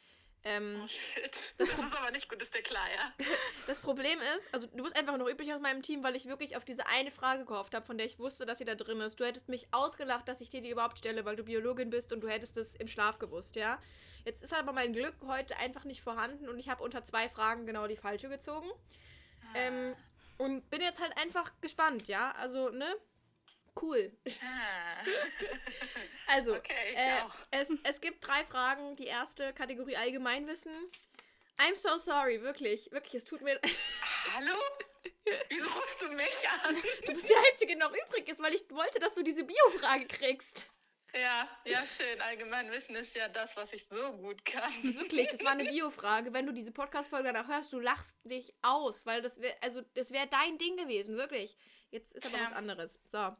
S2: Ähm,
S3: Oh shit. [laughs] Das ist aber nicht gut, ist dir klar, ja?
S2: das Problem ist, also du bist einfach noch üblich aus meinem Team, weil ich wirklich auf diese eine Frage gehofft habe, von der ich wusste, dass sie da drin ist. Du hättest mich ausgelacht, dass ich dir die überhaupt stelle, weil du Biologin bist und du hättest es im Schlaf gewusst, ja? Jetzt ist aber mein Glück heute einfach nicht vorhanden und ich habe unter zwei Fragen genau die falsche gezogen.
S3: Ah.
S2: Ähm, und bin jetzt halt einfach gespannt, ja? Also, ne? Cool. [laughs]
S3: Ah.
S2: Also,
S3: Okay, ich
S2: äh,
S3: auch.
S2: es, es gibt drei Fragen. Die erste Kategorie Allgemeinwissen. I'm so sorry, wirklich. Wirklich, es tut mir.
S3: Hallo? Wieso rufst du mich an?
S2: Du bist die Einzige, die noch übrig ist, weil ich wollte, dass du diese Bio-Frage kriegst.
S3: Ja, ja, schön. Allgemeinwissen ist ja das, was ich so gut kann.
S2: Wirklich, das war eine Bio-Frage. Wenn du diese Podcast-Folge danach hörst, du lachst dich aus, weil das wäre also, das wär dein Ding gewesen, wirklich. Jetzt ist aber
S3: Tja.
S2: was anderes. So.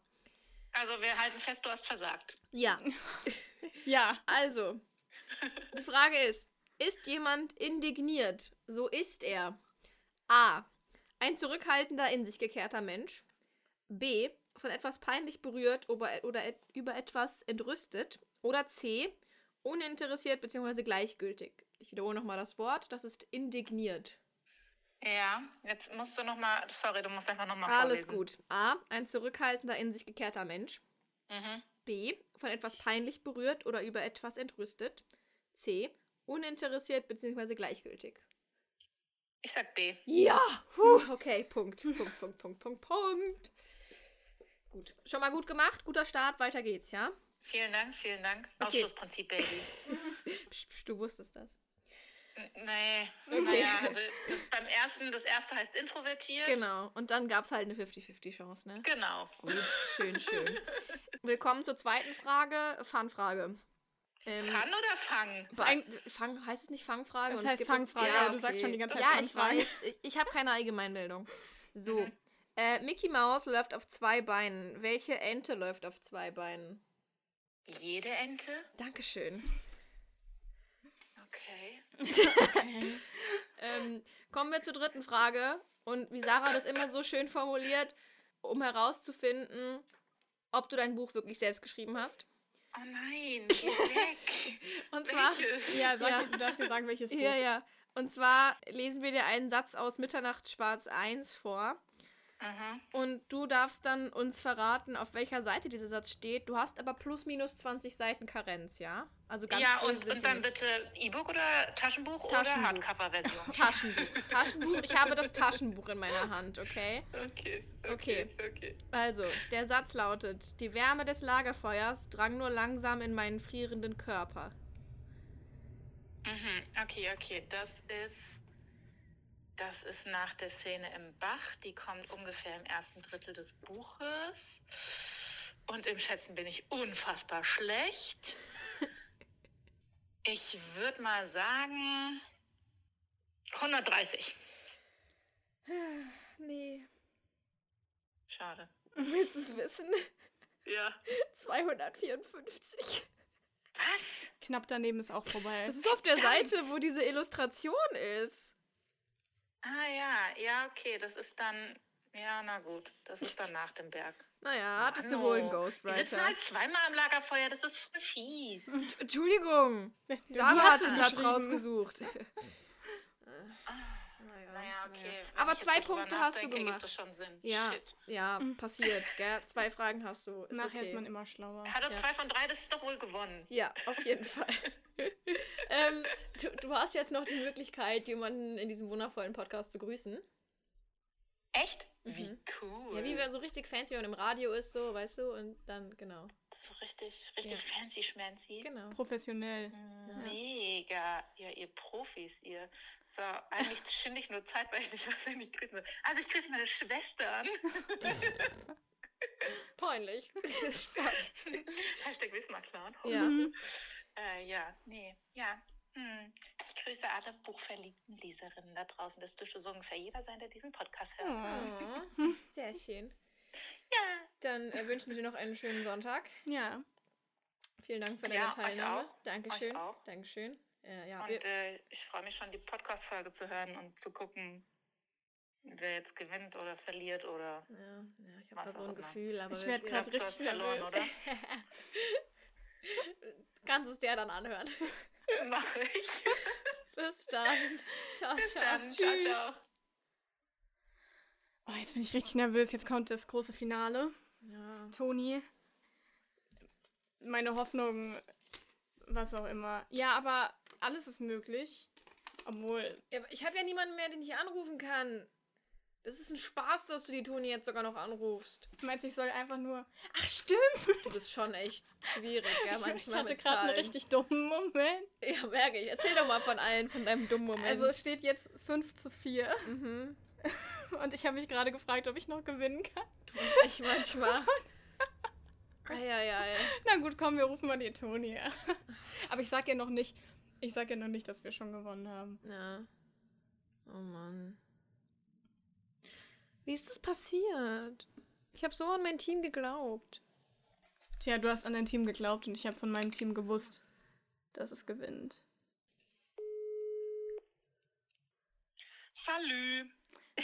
S3: Also, wir halten fest, du hast versagt.
S2: Ja,
S1: Ja.
S2: also. Die Frage ist: Ist jemand indigniert? So ist er. A. Ein zurückhaltender, in sich gekehrter Mensch. B. Von etwas peinlich berührt ober- oder et- über etwas entrüstet. Oder C. Uninteressiert bzw. gleichgültig. Ich wiederhole nochmal das Wort. Das ist indigniert.
S3: Ja, jetzt musst du nochmal, sorry, du musst einfach nochmal
S2: Alles
S3: vorlesen.
S2: gut. A. Ein zurückhaltender, in sich gekehrter Mensch.
S3: Mhm.
S2: B. Von etwas peinlich berührt oder über etwas entrüstet. C. Uninteressiert bzw. gleichgültig.
S3: Ich sag B.
S2: Ja! Puh, okay, Punkt. Punkt, Punkt, Punkt, Punkt, Punkt. Gut. Schon mal gut gemacht. Guter Start. Weiter geht's, ja?
S3: Vielen Dank, vielen Dank.
S2: Okay.
S3: Ausschlussprinzip,
S2: [laughs]
S3: Baby.
S2: Psch, psch, du wusstest das.
S3: N- Nee,
S2: Okay.
S3: naja, also das beim ersten, das erste heißt introvertiert.
S2: Genau. Und dann gab's halt eine 50-50-Chance, ne?
S3: Genau.
S2: Gut. Schön, [laughs] schön. Willkommen zur zweiten Frage. Fangfrage. Ähm,
S3: Fang oder fangen?
S1: Ist ein-
S2: Fang heißt es nicht Fangfrage?
S1: Das
S2: Und es
S1: heißt
S2: gibt auch-
S1: Fangfrage, aber du sagst schon die ganze Zeit
S2: Ja, ich
S1: Fangfrage.
S2: weiß. Ich, ich habe keine Allgemeinbildung. So.
S3: Mhm.
S2: Äh, Mickey Mouse läuft auf zwei Beinen. Welche Ente läuft auf zwei Beinen?
S3: Jede Ente?
S2: Dankeschön.
S3: Okay.
S2: Ähm, kommen wir zur dritten Frage. Und wie Sarah das immer so schön formuliert, um herauszufinden, ob du dein Buch wirklich selbst geschrieben hast.
S3: Oh
S2: [laughs]
S3: nein, geh weg.
S2: Und zwar.
S3: Welches?
S1: Ja, sag,
S2: Ja.
S1: du darfst dir sagen, welches Buch.
S2: Ja, ja. Und zwar lesen wir dir einen Satz aus Mitternachtsschwarz 1 vor.
S3: Aha.
S2: Und du darfst dann uns verraten, auf welcher Seite dieser Satz steht. Du hast aber plus minus 20 Seiten Karenz, ja? Also ganz
S3: Ja,
S2: früh sind
S3: und,
S2: wir
S3: und dann
S2: nicht.
S3: bitte E-Book oder Taschenbuch,
S2: Taschenbuch. [laughs]
S3: oder Hardcover-Version?
S2: Taschenbuch.
S3: [laughs]
S2: Taschenbuch, ich habe das Taschenbuch in meiner Hand, okay?
S3: Okay,
S2: Okay.
S3: okay.
S2: Also, der Satz lautet: Die Wärme des Lagerfeuers drang nur langsam in meinen frierenden Körper.
S3: Mhm, okay, okay. Das ist. Das ist nach der Szene im Bach. Die kommt ungefähr im ersten Drittel des Buches. Und im Schätzen bin ich unfassbar schlecht. Ich würde mal sagen. 130.
S2: Nee. [laughs]
S3: Schade.
S2: Willst du es wissen?
S3: Ja.
S2: 254.
S3: Was?
S1: Knapp daneben ist auch vorbei.
S2: Das ist auf der Seite, wo diese Illustration ist.
S3: Ah ja, ja, okay. Das ist dann. Ja, na gut. Das ist dann nach dem Berg.
S2: Naja, hattest du
S3: Mano,
S2: wohl einen
S3: Wir sitzen
S2: Ghostwriter.
S3: halt zweimal am Lagerfeuer. Das ist voll fies.
S2: Mhm. Entschuldigung.
S1: Du
S2: Sarah
S1: hast
S2: hat
S1: es
S2: den Platz
S1: geschrieben.
S2: rausgesucht.
S3: Ah. Naja, okay. wenn
S2: Aber
S3: ich jetzt
S2: zwei
S3: so drüber
S2: Punkte hast du
S3: nachdenke,
S2: gemacht.
S3: Gibt das schon Sinn.
S2: Ja,
S3: Shit.
S2: ja, passiert. Gell? Zwei Fragen hast du. Ist
S1: Mhm. Nachher
S2: okay.
S1: ist man immer schlauer.
S3: Hat doch
S2: Ja.
S3: zwei von drei, das ist doch wohl gewonnen.
S2: Ja, auf
S1: [laughs]
S2: jeden Fall. ähm, du, du hast jetzt noch die Möglichkeit, jemanden in diesem wundervollen Podcast zu grüßen.
S3: Echt?
S2: Mhm.
S3: Wie cool.
S2: Ja, wie wenn so richtig fancy, wenn man im Radio ist, so, weißt du, und dann, genau.
S3: so richtig, richtig fancy schmancy. Mhm,
S2: Genau.
S1: Professionell.
S3: Mega. Ja, ihr Profis, ihr. So,
S2: [laughs]
S3: eigentlich schinde ich nur Zeit, weil ich nicht [laughs] weiß, wen ich grüßen soll. Also ich grüße
S2: [laughs]
S3: meine Schwestern.
S2: Peinlich. [laughs] Spaß.
S3: Hashtag Wismar-Clown.
S2: Ja.
S1: Mhm.
S3: Äh, ja, nee, ja. Hm. Ich grüße alle buchverliebten Leserinnen da draußen. Das dürfte so ungefähr jeder sein, der diesen Podcast hört.
S1: Oh.
S2: Oh, sehr schön.
S3: Ja.
S2: Dann äh, wünschen wir dir noch einen schönen Sonntag.
S1: Ja.
S2: Vielen Dank für deine
S3: Ja, euch
S2: Teilnahme.
S3: auch.
S2: Dankeschön.
S3: Euch auch.
S2: Dankeschön. Äh, ja, wir,
S3: Und äh, ich freue mich schon, die Podcast-Folge zu hören und zu gucken, wer jetzt gewinnt oder verliert oder.
S2: ja, ja, ich habe da
S3: was
S2: so
S3: auch
S2: ein
S3: immer.
S2: Gefühl, aber
S1: Ich
S2: wir-
S1: werd
S2: wir-
S1: grad
S3: du hast
S1: richtig
S3: verloren,
S1: nervös.
S3: oder?
S1: [laughs]
S2: Kannst es der dann anhören.
S3: Mach ich.
S2: Bis dann. Ciao,
S4: Bis
S2: ciao.
S4: dann. Ciao,
S2: Tschüss.
S4: ciao.
S1: Oh, jetzt bin ich richtig nervös. Jetzt kommt das große Finale.
S2: Ja.
S1: Toni, meine Hoffnung, was auch immer. Ja, aber alles ist möglich. Obwohl,
S2: Ja, aber ich habe ja niemanden mehr, den ich anrufen kann. Das ist ein Spaß, dass du die Toni jetzt sogar noch anrufst.
S1: meinst du, ich soll einfach nur.
S2: Ach, stimmt. Du bist schon echt schwierig, gell?
S1: ich
S2: Manchmal
S1: hatte
S2: mit
S1: gerade einen
S2: Zahlen.
S1: richtig dummen Moment.
S2: Ja, merke ich. Erzähl doch mal von allen, von deinem dummen Moment.
S1: Also, es steht jetzt 5 zu 4.
S2: mhm.
S1: [laughs] Und ich habe mich gerade gefragt, ob ich noch gewinnen kann.
S2: Du bist echt manchmal. Eieiei.
S1: Na gut, komm, wir rufen mal die Toni. an. [laughs] Aber ich sag ihr noch nicht, ich sag ihr noch nicht, dass wir schon gewonnen haben.
S2: Ja. Oh Mann. Wie ist das passiert? Ich habe so an mein Team geglaubt.
S1: Tja, du hast an dein Team geglaubt und ich habe von meinem Team gewusst, dass es
S4: [laughs]
S1: gewinnt.
S4: Salü.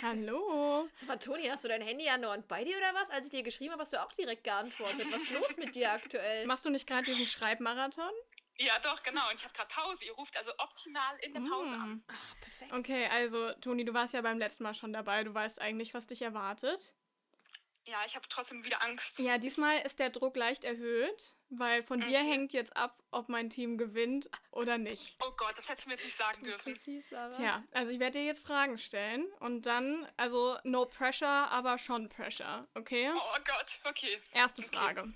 S1: Hallo.
S2: Sag mal, Toni, hast du dein Handy an der Hand bei dir oder was? Als ich dir geschrieben habe, hast du auch direkt geantwortet. Was ist los mit dir aktuell?
S1: Machst du nicht gerade diesen Schreibmarathon?
S4: Ja, doch, genau. Und ich habe gerade Pause. Ihr ruft also optimal in der
S2: Hm.
S4: Pause an.
S1: Mm.
S2: Ach, perfekt.
S1: Okay, also Toni, du warst ja beim letzten Mal schon dabei. Du weißt eigentlich, was dich erwartet.
S4: Ja, ich habe trotzdem wieder Angst.
S1: Ja, diesmal ist der Druck leicht erhöht, weil von dir
S4: Okay.
S1: hängt jetzt ab, ob mein Team gewinnt oder nicht.
S4: Oh Gott, das hättest du mir jetzt nicht sagen
S2: Das ist
S4: dürfen.
S2: so fies, Sarah.
S1: Tja, also ich werde dir jetzt Fragen stellen und dann, also no pressure, aber schon pressure, okay?
S4: Oh Gott, okay.
S1: Erste
S4: Okay.
S1: Frage.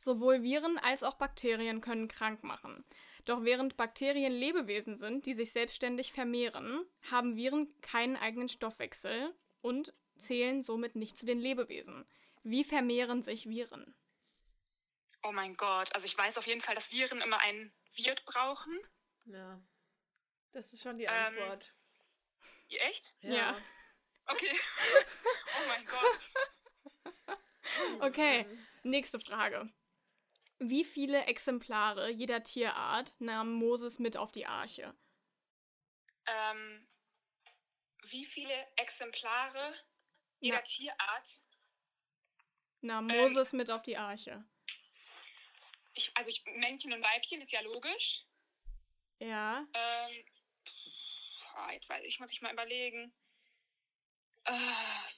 S1: Sowohl Viren als auch Bakterien können krank machen. Doch während Bakterien Lebewesen sind, die sich selbstständig vermehren, haben Viren keinen eigenen Stoffwechsel und zählen somit nicht zu den Lebewesen. Wie vermehren sich Viren?
S4: Oh mein Gott. Also ich weiß auf jeden Fall, dass Viren immer einen Wirt brauchen.
S2: Ja. Das ist schon die
S4: Ähm,
S2: Antwort.
S4: Ihr echt?
S1: ja.
S4: Okay. [laughs] oh mein Gott.
S2: Mhm.
S1: Okay, nächste Frage. Wie viele Exemplare jeder Tierart nahm Moses mit auf die Arche?
S4: Ähm, wie viele Exemplare jeder
S1: Na.
S4: Tierart?
S2: Äh,
S1: Nahm
S4: Ähm.
S1: Moses mit auf die Arche?
S4: Ich, also ich, Männchen und Weibchen ist ja logisch.
S1: Ja,
S4: Ähm, boah, jetzt weiß ich, muss ich mal überlegen. Äh,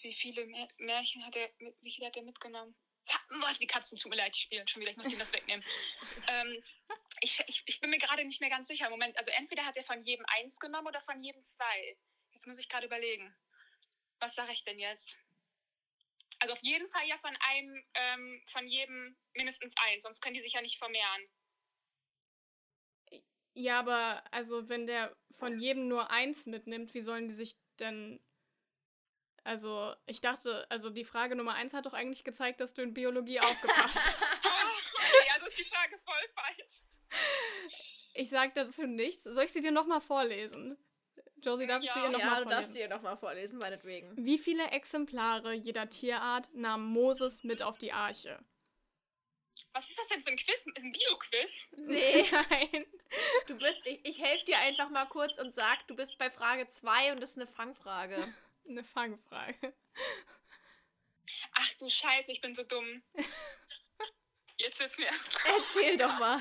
S4: wie viele Mä- Märchen hat er, mit- wie viele hat er mitgenommen? Ha, Was, die Katzen, tut mir leid, die spielen schon wieder, ich muss denen das wegnehmen. ähm, ich, ich, ich bin mir gerade nicht mehr ganz sicher. Moment, also entweder hat er von jedem eins genommen oder von jedem zwei. Jetzt muss ich gerade überlegen. Was sage ich denn jetzt? Also auf jeden Fall ja von einem, ähm, von jedem mindestens eins, sonst können die sich ja nicht vermehren.
S1: Ja, aber also wenn der von jedem nur eins mitnimmt, wie sollen die sich denn. Also, ich dachte, also die Frage Nummer eins hat doch eigentlich gezeigt, dass du in Biologie aufgepasst hast.
S2: [laughs]
S4: Ah, okay, also ist die Frage voll falsch.
S1: Ich sag dazu nichts. Soll ich sie dir nochmal vorlesen? Josie, darf ich sie
S4: Ja.
S1: dir
S2: Ja,
S1: nochmal
S2: du darfst
S1: vorlesen?
S2: sie ihr nochmal vorlesen, meinetwegen.
S1: [laughs] Wie viele Exemplare jeder Tierart nahm Moses mit auf die
S2: [laughs]
S1: Arche? [laughs]
S4: Was ist das denn für ein Quiz? Ist ein Bio-Quiz?
S2: Nee.
S1: Nein.
S2: Du bist, ich, ich helfe dir einfach mal kurz und sag, du bist bei Frage 2 und das ist eine
S1: [laughs]
S2: Fangfrage.
S1: Eine Fangfrage.
S4: Ach du Scheiße, ich bin so dumm. Jetzt wird's mir erst. klar.
S2: Erzähl doch
S1: [laughs]
S2: mal.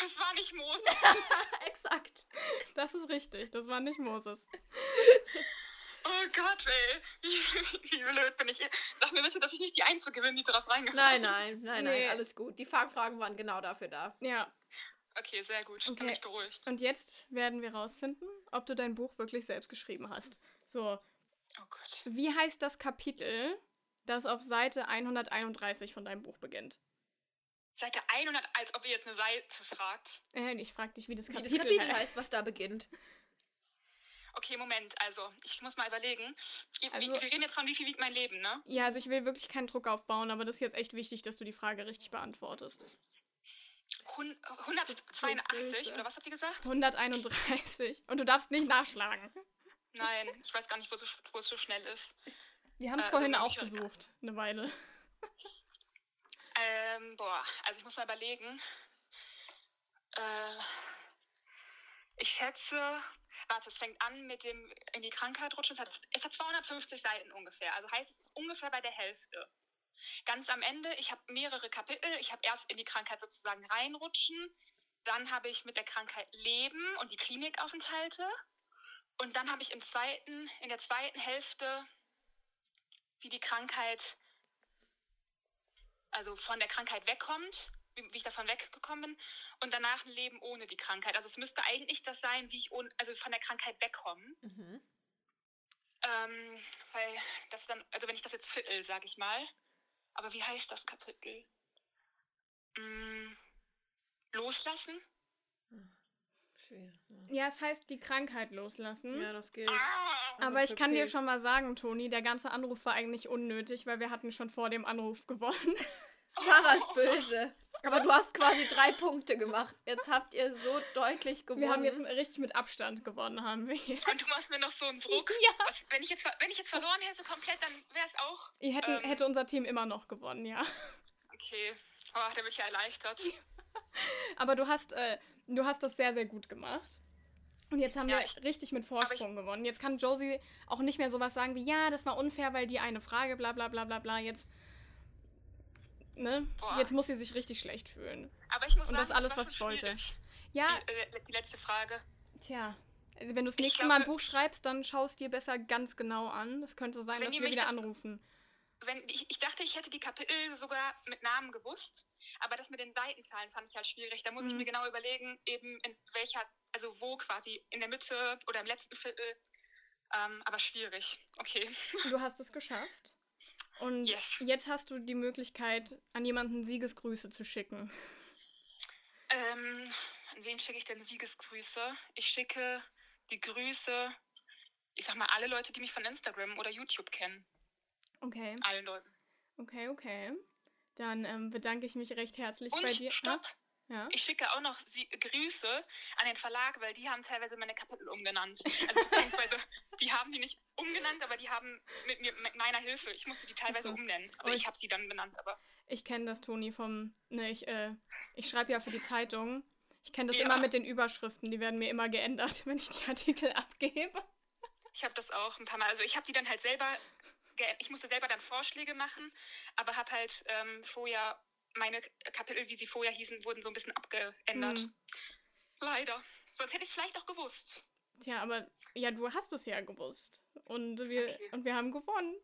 S4: Das war nicht Moses.
S2: Exakt.
S1: Das ist richtig. Das war nicht Moses.
S4: Oh Gott, ey. Wie, wie blöd bin ich. Sag mir bitte, dass ich nicht die Einzige bin, die drauf
S2: Nein,
S4: reingefallen
S2: nein, nein,
S1: Nee.
S2: nein, alles gut. Die Fangfragen waren genau dafür da.
S1: Ja.
S4: ist. Okay, sehr gut. Ich
S1: Okay.
S4: bin mich beruhigt.
S1: Und jetzt werden wir rausfinden, ob du dein Buch wirklich selbst geschrieben hast. So,
S4: Oh Gott.
S1: wie heißt das Kapitel, das auf Seite 131 von deinem Buch beginnt?
S4: Seite 100, als ob ihr jetzt eine Seite fragt.
S1: Äh, ich frag dich, wie das
S2: Wie
S1: Kapitel,
S2: das Kapitel
S1: heißt.
S2: heißt, was da beginnt.
S4: Okay, Moment, also, ich muss mal überlegen. Wir,
S1: Also-
S4: wir reden jetzt von wie viel wiegt mein Leben, ne?
S1: Ja, also ich will wirklich keinen Druck aufbauen, aber das ist jetzt echt wichtig, dass du die Frage richtig beantwortest.
S4: Hun-
S2: Das ist
S4: 182,
S2: so
S4: oder was habt ihr gesagt?
S1: 131. Und du darfst nicht nachschlagen.
S4: Nein, ich weiß gar nicht, wo es so, wo es so schnell ist.
S1: Wir haben es
S2: Äh,
S4: Also,
S1: vorhin
S4: nehme
S1: auch
S4: ich euch
S1: gesucht, eine Weile.
S4: Ähm, boah, also ich muss mal überlegen. Äh, ich schätze, warte, es fängt an mit dem in die Krankheit rutschen. Es hat, es hat 250 Seiten ungefähr. Also heißt es ist ungefähr bei der Hälfte. Ganz am Ende, ich habe mehrere Kapitel. Ich habe erst in die Krankheit sozusagen reinrutschen. Dann habe ich mit der Krankheit Leben und die Klinikaufenthalte. Und dann habe ich im zweiten, in der zweiten Hälfte, wie die Krankheit, also von der Krankheit wegkommt, wie, wie ich davon weggekommen bin. Und danach ein Leben ohne die Krankheit. Also es müsste eigentlich das sein, wie ich ohne, also von der Krankheit wegkomme.
S2: Mhm.
S4: Ähm, weil das dann, also wenn ich das jetzt Viertel, sag ich mal. Aber wie heißt das Kapitel? Mm, loslassen?
S2: Schwer. Ja.
S1: Ja, es heißt die Krankheit loslassen.
S2: ja, das geht.
S4: Ah!
S1: Aber
S2: ist
S1: ich kann dir
S2: okay.
S1: schon mal sagen, Toni, der ganze Anruf war eigentlich unnötig, weil wir hatten schon vor dem Anruf gewonnen.
S2: Sarah ist böse. Aber du hast quasi drei Punkte gemacht. Jetzt habt ihr so deutlich gewonnen.
S1: Wir haben jetzt richtig mit Abstand gewonnen, haben wir jetzt.
S4: Und du machst mir noch so einen Druck. Also, wenn, ich jetzt, ver- wenn ich jetzt verloren hätte komplett, dann wäre es auch.
S1: Ihr hätten,
S4: Ähm.
S1: hätte unser Team immer noch gewonnen, ja.
S4: Okay. Oh, da bin ich ja erleichtert.
S1: Aber du hast, äh, du hast das sehr, sehr gut gemacht. Und jetzt haben
S4: Ja,
S1: wir
S4: ich-
S1: richtig mit Vorsprung gewonnen. Jetzt kann Josie auch nicht mehr sowas sagen wie, ja, das war unfair, weil die eine Frage, bla bla bla bla bla. Jetzt, ne?
S4: Boah.
S1: Jetzt muss sie sich richtig schlecht fühlen.
S4: Aber ich muss
S1: Und das
S4: sagen,
S1: ist alles,
S4: war
S1: was ich
S4: schon
S1: wollte.
S4: schwierig.
S1: Ja,
S4: Die, äh, die letzte Frage.
S1: tja. Also Wenn du das
S4: Ich
S1: nächste Mal ein
S4: glaube-
S1: Buch schreibst, dann schau es dir besser ganz genau an. Es könnte sein,
S4: Wenn
S1: dass
S4: ihr
S1: wir
S4: mich
S1: wieder
S4: das-
S1: anrufen.
S4: Wenn, ich, ich dachte, ich hätte die Kapitel sogar mit Namen gewusst, aber das mit den Seitenzahlen fand ich halt schwierig. Da muss ich
S1: Mhm.
S4: mir genau überlegen, eben in welcher, also wo quasi, in der Mitte oder im letzten Viertel. Ähm, aber schwierig. Okay.
S1: Du hast es geschafft. Und
S4: Yes.
S1: jetzt hast du die Möglichkeit, an jemanden Siegesgrüße zu schicken.
S4: Ähm, an wen schicke ich denn Siegesgrüße? Ich schicke die Grüße, ich sag mal, alle Leute, die mich von Instagram oder YouTube kennen.
S1: Okay.
S4: Allen Leuten.
S1: Okay, okay. Dann ähm, bedanke ich mich recht herzlich bei dir. Ah,
S4: Und stopp!
S1: Ja.
S4: Ich schicke auch noch Sie Grüße an den Verlag, weil die haben teilweise meine Kapitel umgenannt. Also
S1: [laughs]
S4: beziehungsweise die haben die nicht umgenannt, aber die haben mit mir mit meiner Hilfe. Ich musste die teilweise
S1: Ach so.
S4: umnennen. Also
S1: Oh,
S4: ich
S1: ich-
S4: habe sie dann benannt, aber
S1: Ich kenne das, Toni, vom. Ne, ich, äh, ich schreibe ja für die Zeitung. Ich kenne das
S4: Ja.
S1: immer mit den Überschriften, die werden mir immer geändert, [laughs] wenn ich die Artikel abgebe.
S4: ich habe das auch ein paar Mal. Also ich habe die dann halt selber, ge- ich musste selber dann Vorschläge machen, aber habe halt ähm, vorher meine K- Kapitel, wie sie vorher hießen, wurden so ein bisschen abgeändert.
S1: Hm.
S4: Leider. Sonst hätte ich es vielleicht auch gewusst.
S1: Tja, aber ja, du hast es ja gewusst. Und wir,
S4: Okay.
S1: und wir haben gewonnen.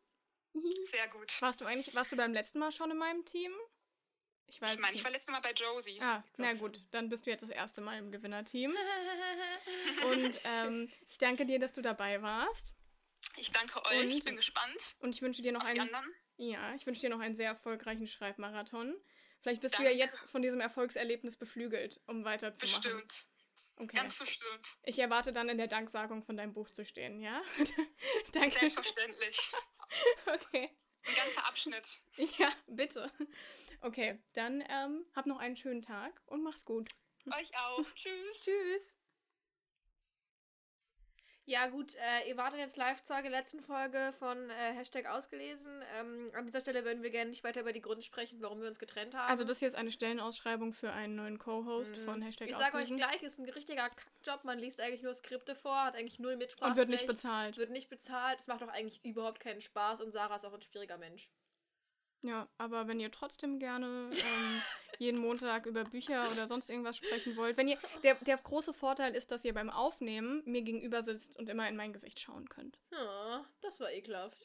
S4: Sehr gut.
S1: Warst du eigentlich, warst du beim letzten Mal schon in meinem Team? Ich weiß
S4: Ich meine,
S1: es
S4: ich war letztes Mal bei Josie.
S1: Ah,
S2: glaub
S1: na
S2: schon.
S1: gut, dann bist du jetzt das erste Mal im Gewinnerteam.
S2: [laughs]
S1: Und ähm, ich danke dir, dass du dabei warst.
S4: Ich danke euch.
S1: Und-
S4: Ich bin gespannt
S1: Und ich wünsche dir noch
S4: auf die
S1: einen,
S4: anderen.
S1: ja, ich wünsche dir noch einen sehr erfolgreichen Schreibmarathon. Vielleicht bist du ja
S4: Danke.
S1: jetzt von diesem Erfolgserlebnis beflügelt, um weiterzumachen.
S4: Bestimmt.
S1: Okay.
S4: Ganz bestimmt.
S1: [laughs] Ich erwarte dann in der Danksagung von deinem Buch zu stehen, ja? [laughs] Danke.
S4: Selbstverständlich.
S1: Okay.
S4: Ein ganzer Abschnitt.
S1: Ja, bitte. Okay, dann ähm, hab noch einen schönen Tag und mach's gut.
S4: Euch auch. Tschüss.
S1: [laughs] Tschüss.
S2: Ja, gut, äh, ihr wartet jetzt live zur letzten Folge von äh, Hashtag ausgelesen. Ähm, an dieser Stelle würden wir gerne nicht weiter über die Gründe sprechen, warum wir uns getrennt haben.
S1: Also das hier ist eine Stellenausschreibung für einen neuen Co-Host
S2: Ähm. Mhm.
S1: von Hashtag
S2: Ich sag euch
S1: Ausgelesen
S2: gleich, ist ein richtiger Kackjob. Man liest eigentlich nur Skripte vor, hat eigentlich null Mitsprache.
S1: und wird nicht bezahlt.
S2: Wird nicht bezahlt. Es macht doch eigentlich überhaupt keinen Spaß und Sarah ist auch ein schwieriger Mensch.
S1: Ja, aber wenn ihr trotzdem gerne
S2: [laughs]
S1: ähm, jeden Montag über Bücher oder sonst irgendwas sprechen wollt, wenn ihr der, der große Vorteil ist, dass ihr beim Aufnehmen mir gegenüber sitzt und immer in mein Gesicht schauen könnt.
S2: Ja, Ah, das war ekelhaft.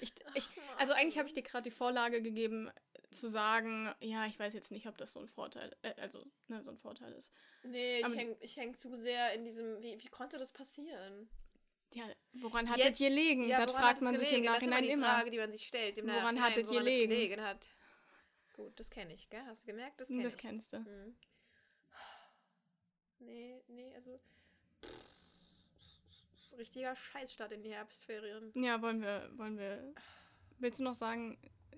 S1: Ich, [laughs] ich, also eigentlich habe ich dir gerade die Vorlage gegeben äh, zu sagen, ja, ich weiß jetzt nicht, ob das so ein Vorteil, äh, also ne, so ein Vorteil ist.
S2: Nee, ich
S1: Aber-
S2: häng, ich häng zu sehr in diesem. Wie, wie konnte das passieren?
S1: Ja, woran hat
S2: Jetzt-
S1: das gelegen? Hm, das
S2: woran
S1: fragt
S2: hat es
S1: man sich im
S2: gelegen?
S1: Nachhinein
S2: das ist
S1: immer.
S2: immer. die Frage, die man sich stellt. Im
S1: Woran
S2: Nachhinein,
S1: hat es
S2: woran
S1: gelegen?
S2: gelegen hat. Gut, das kenne ich, gell? Hast du gemerkt? Das kenne
S1: das
S2: ich.
S1: kennst du.
S2: Hm. Nee, nee, also. Richtiger Scheißstart in die Herbstferien.
S1: Ja, wollen wir, wollen wir. Willst du noch sagen, äh,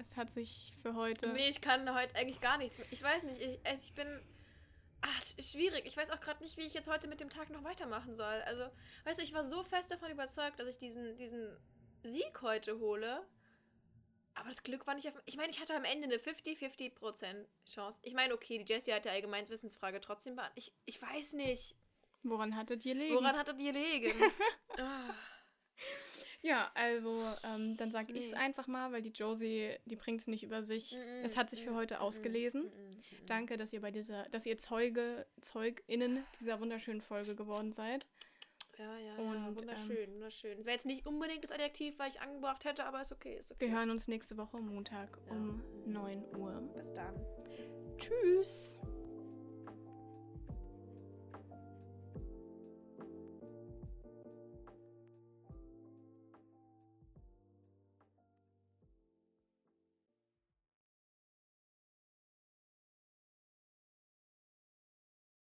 S1: es hat sich für heute.
S2: Nee, ich kann heute eigentlich gar nichts mehr. Ich weiß nicht, ich, es- ich bin. Ach, sch- schwierig. Ich weiß auch gerade nicht, wie ich jetzt heute mit dem Tag noch weitermachen soll. Also, weißt du, ich war so fest davon überzeugt, dass ich diesen, diesen Sieg heute hole. Aber das Glück war nicht auf. Ich meine, ich hatte am Ende eine 50-50% Chance. Ich meine, okay, die Jessie hatte allgemeins Wissensfrage trotzdem beantwortet. Ich, ich weiß nicht.
S1: [laughs] Woran hattet ihr gelegen?
S2: Woran hat das gelegen? Ah.
S1: Ja, also ähm, dann sage ich es
S2: Nee.
S1: einfach mal, weil die Josie, die bringt es nicht über sich.
S2: Mhm,
S1: es hat sich
S2: mm,
S1: für heute ausgelesen. Danke, dass ihr bei dieser, dass ihr Zeuge, ZeugInnen dieser wunderschönen Folge geworden seid.
S2: Ja, ja,
S1: Und,
S2: ja.
S1: ähm,
S2: Wunderschön, wunderschön. Es wäre jetzt nicht unbedingt das Adjektiv, weil ich angebracht hätte, aber ist okay. Ist okay.
S1: Wir hören uns nächste Woche Montag um 9 Uhr.
S2: Bis dann. Tschüss.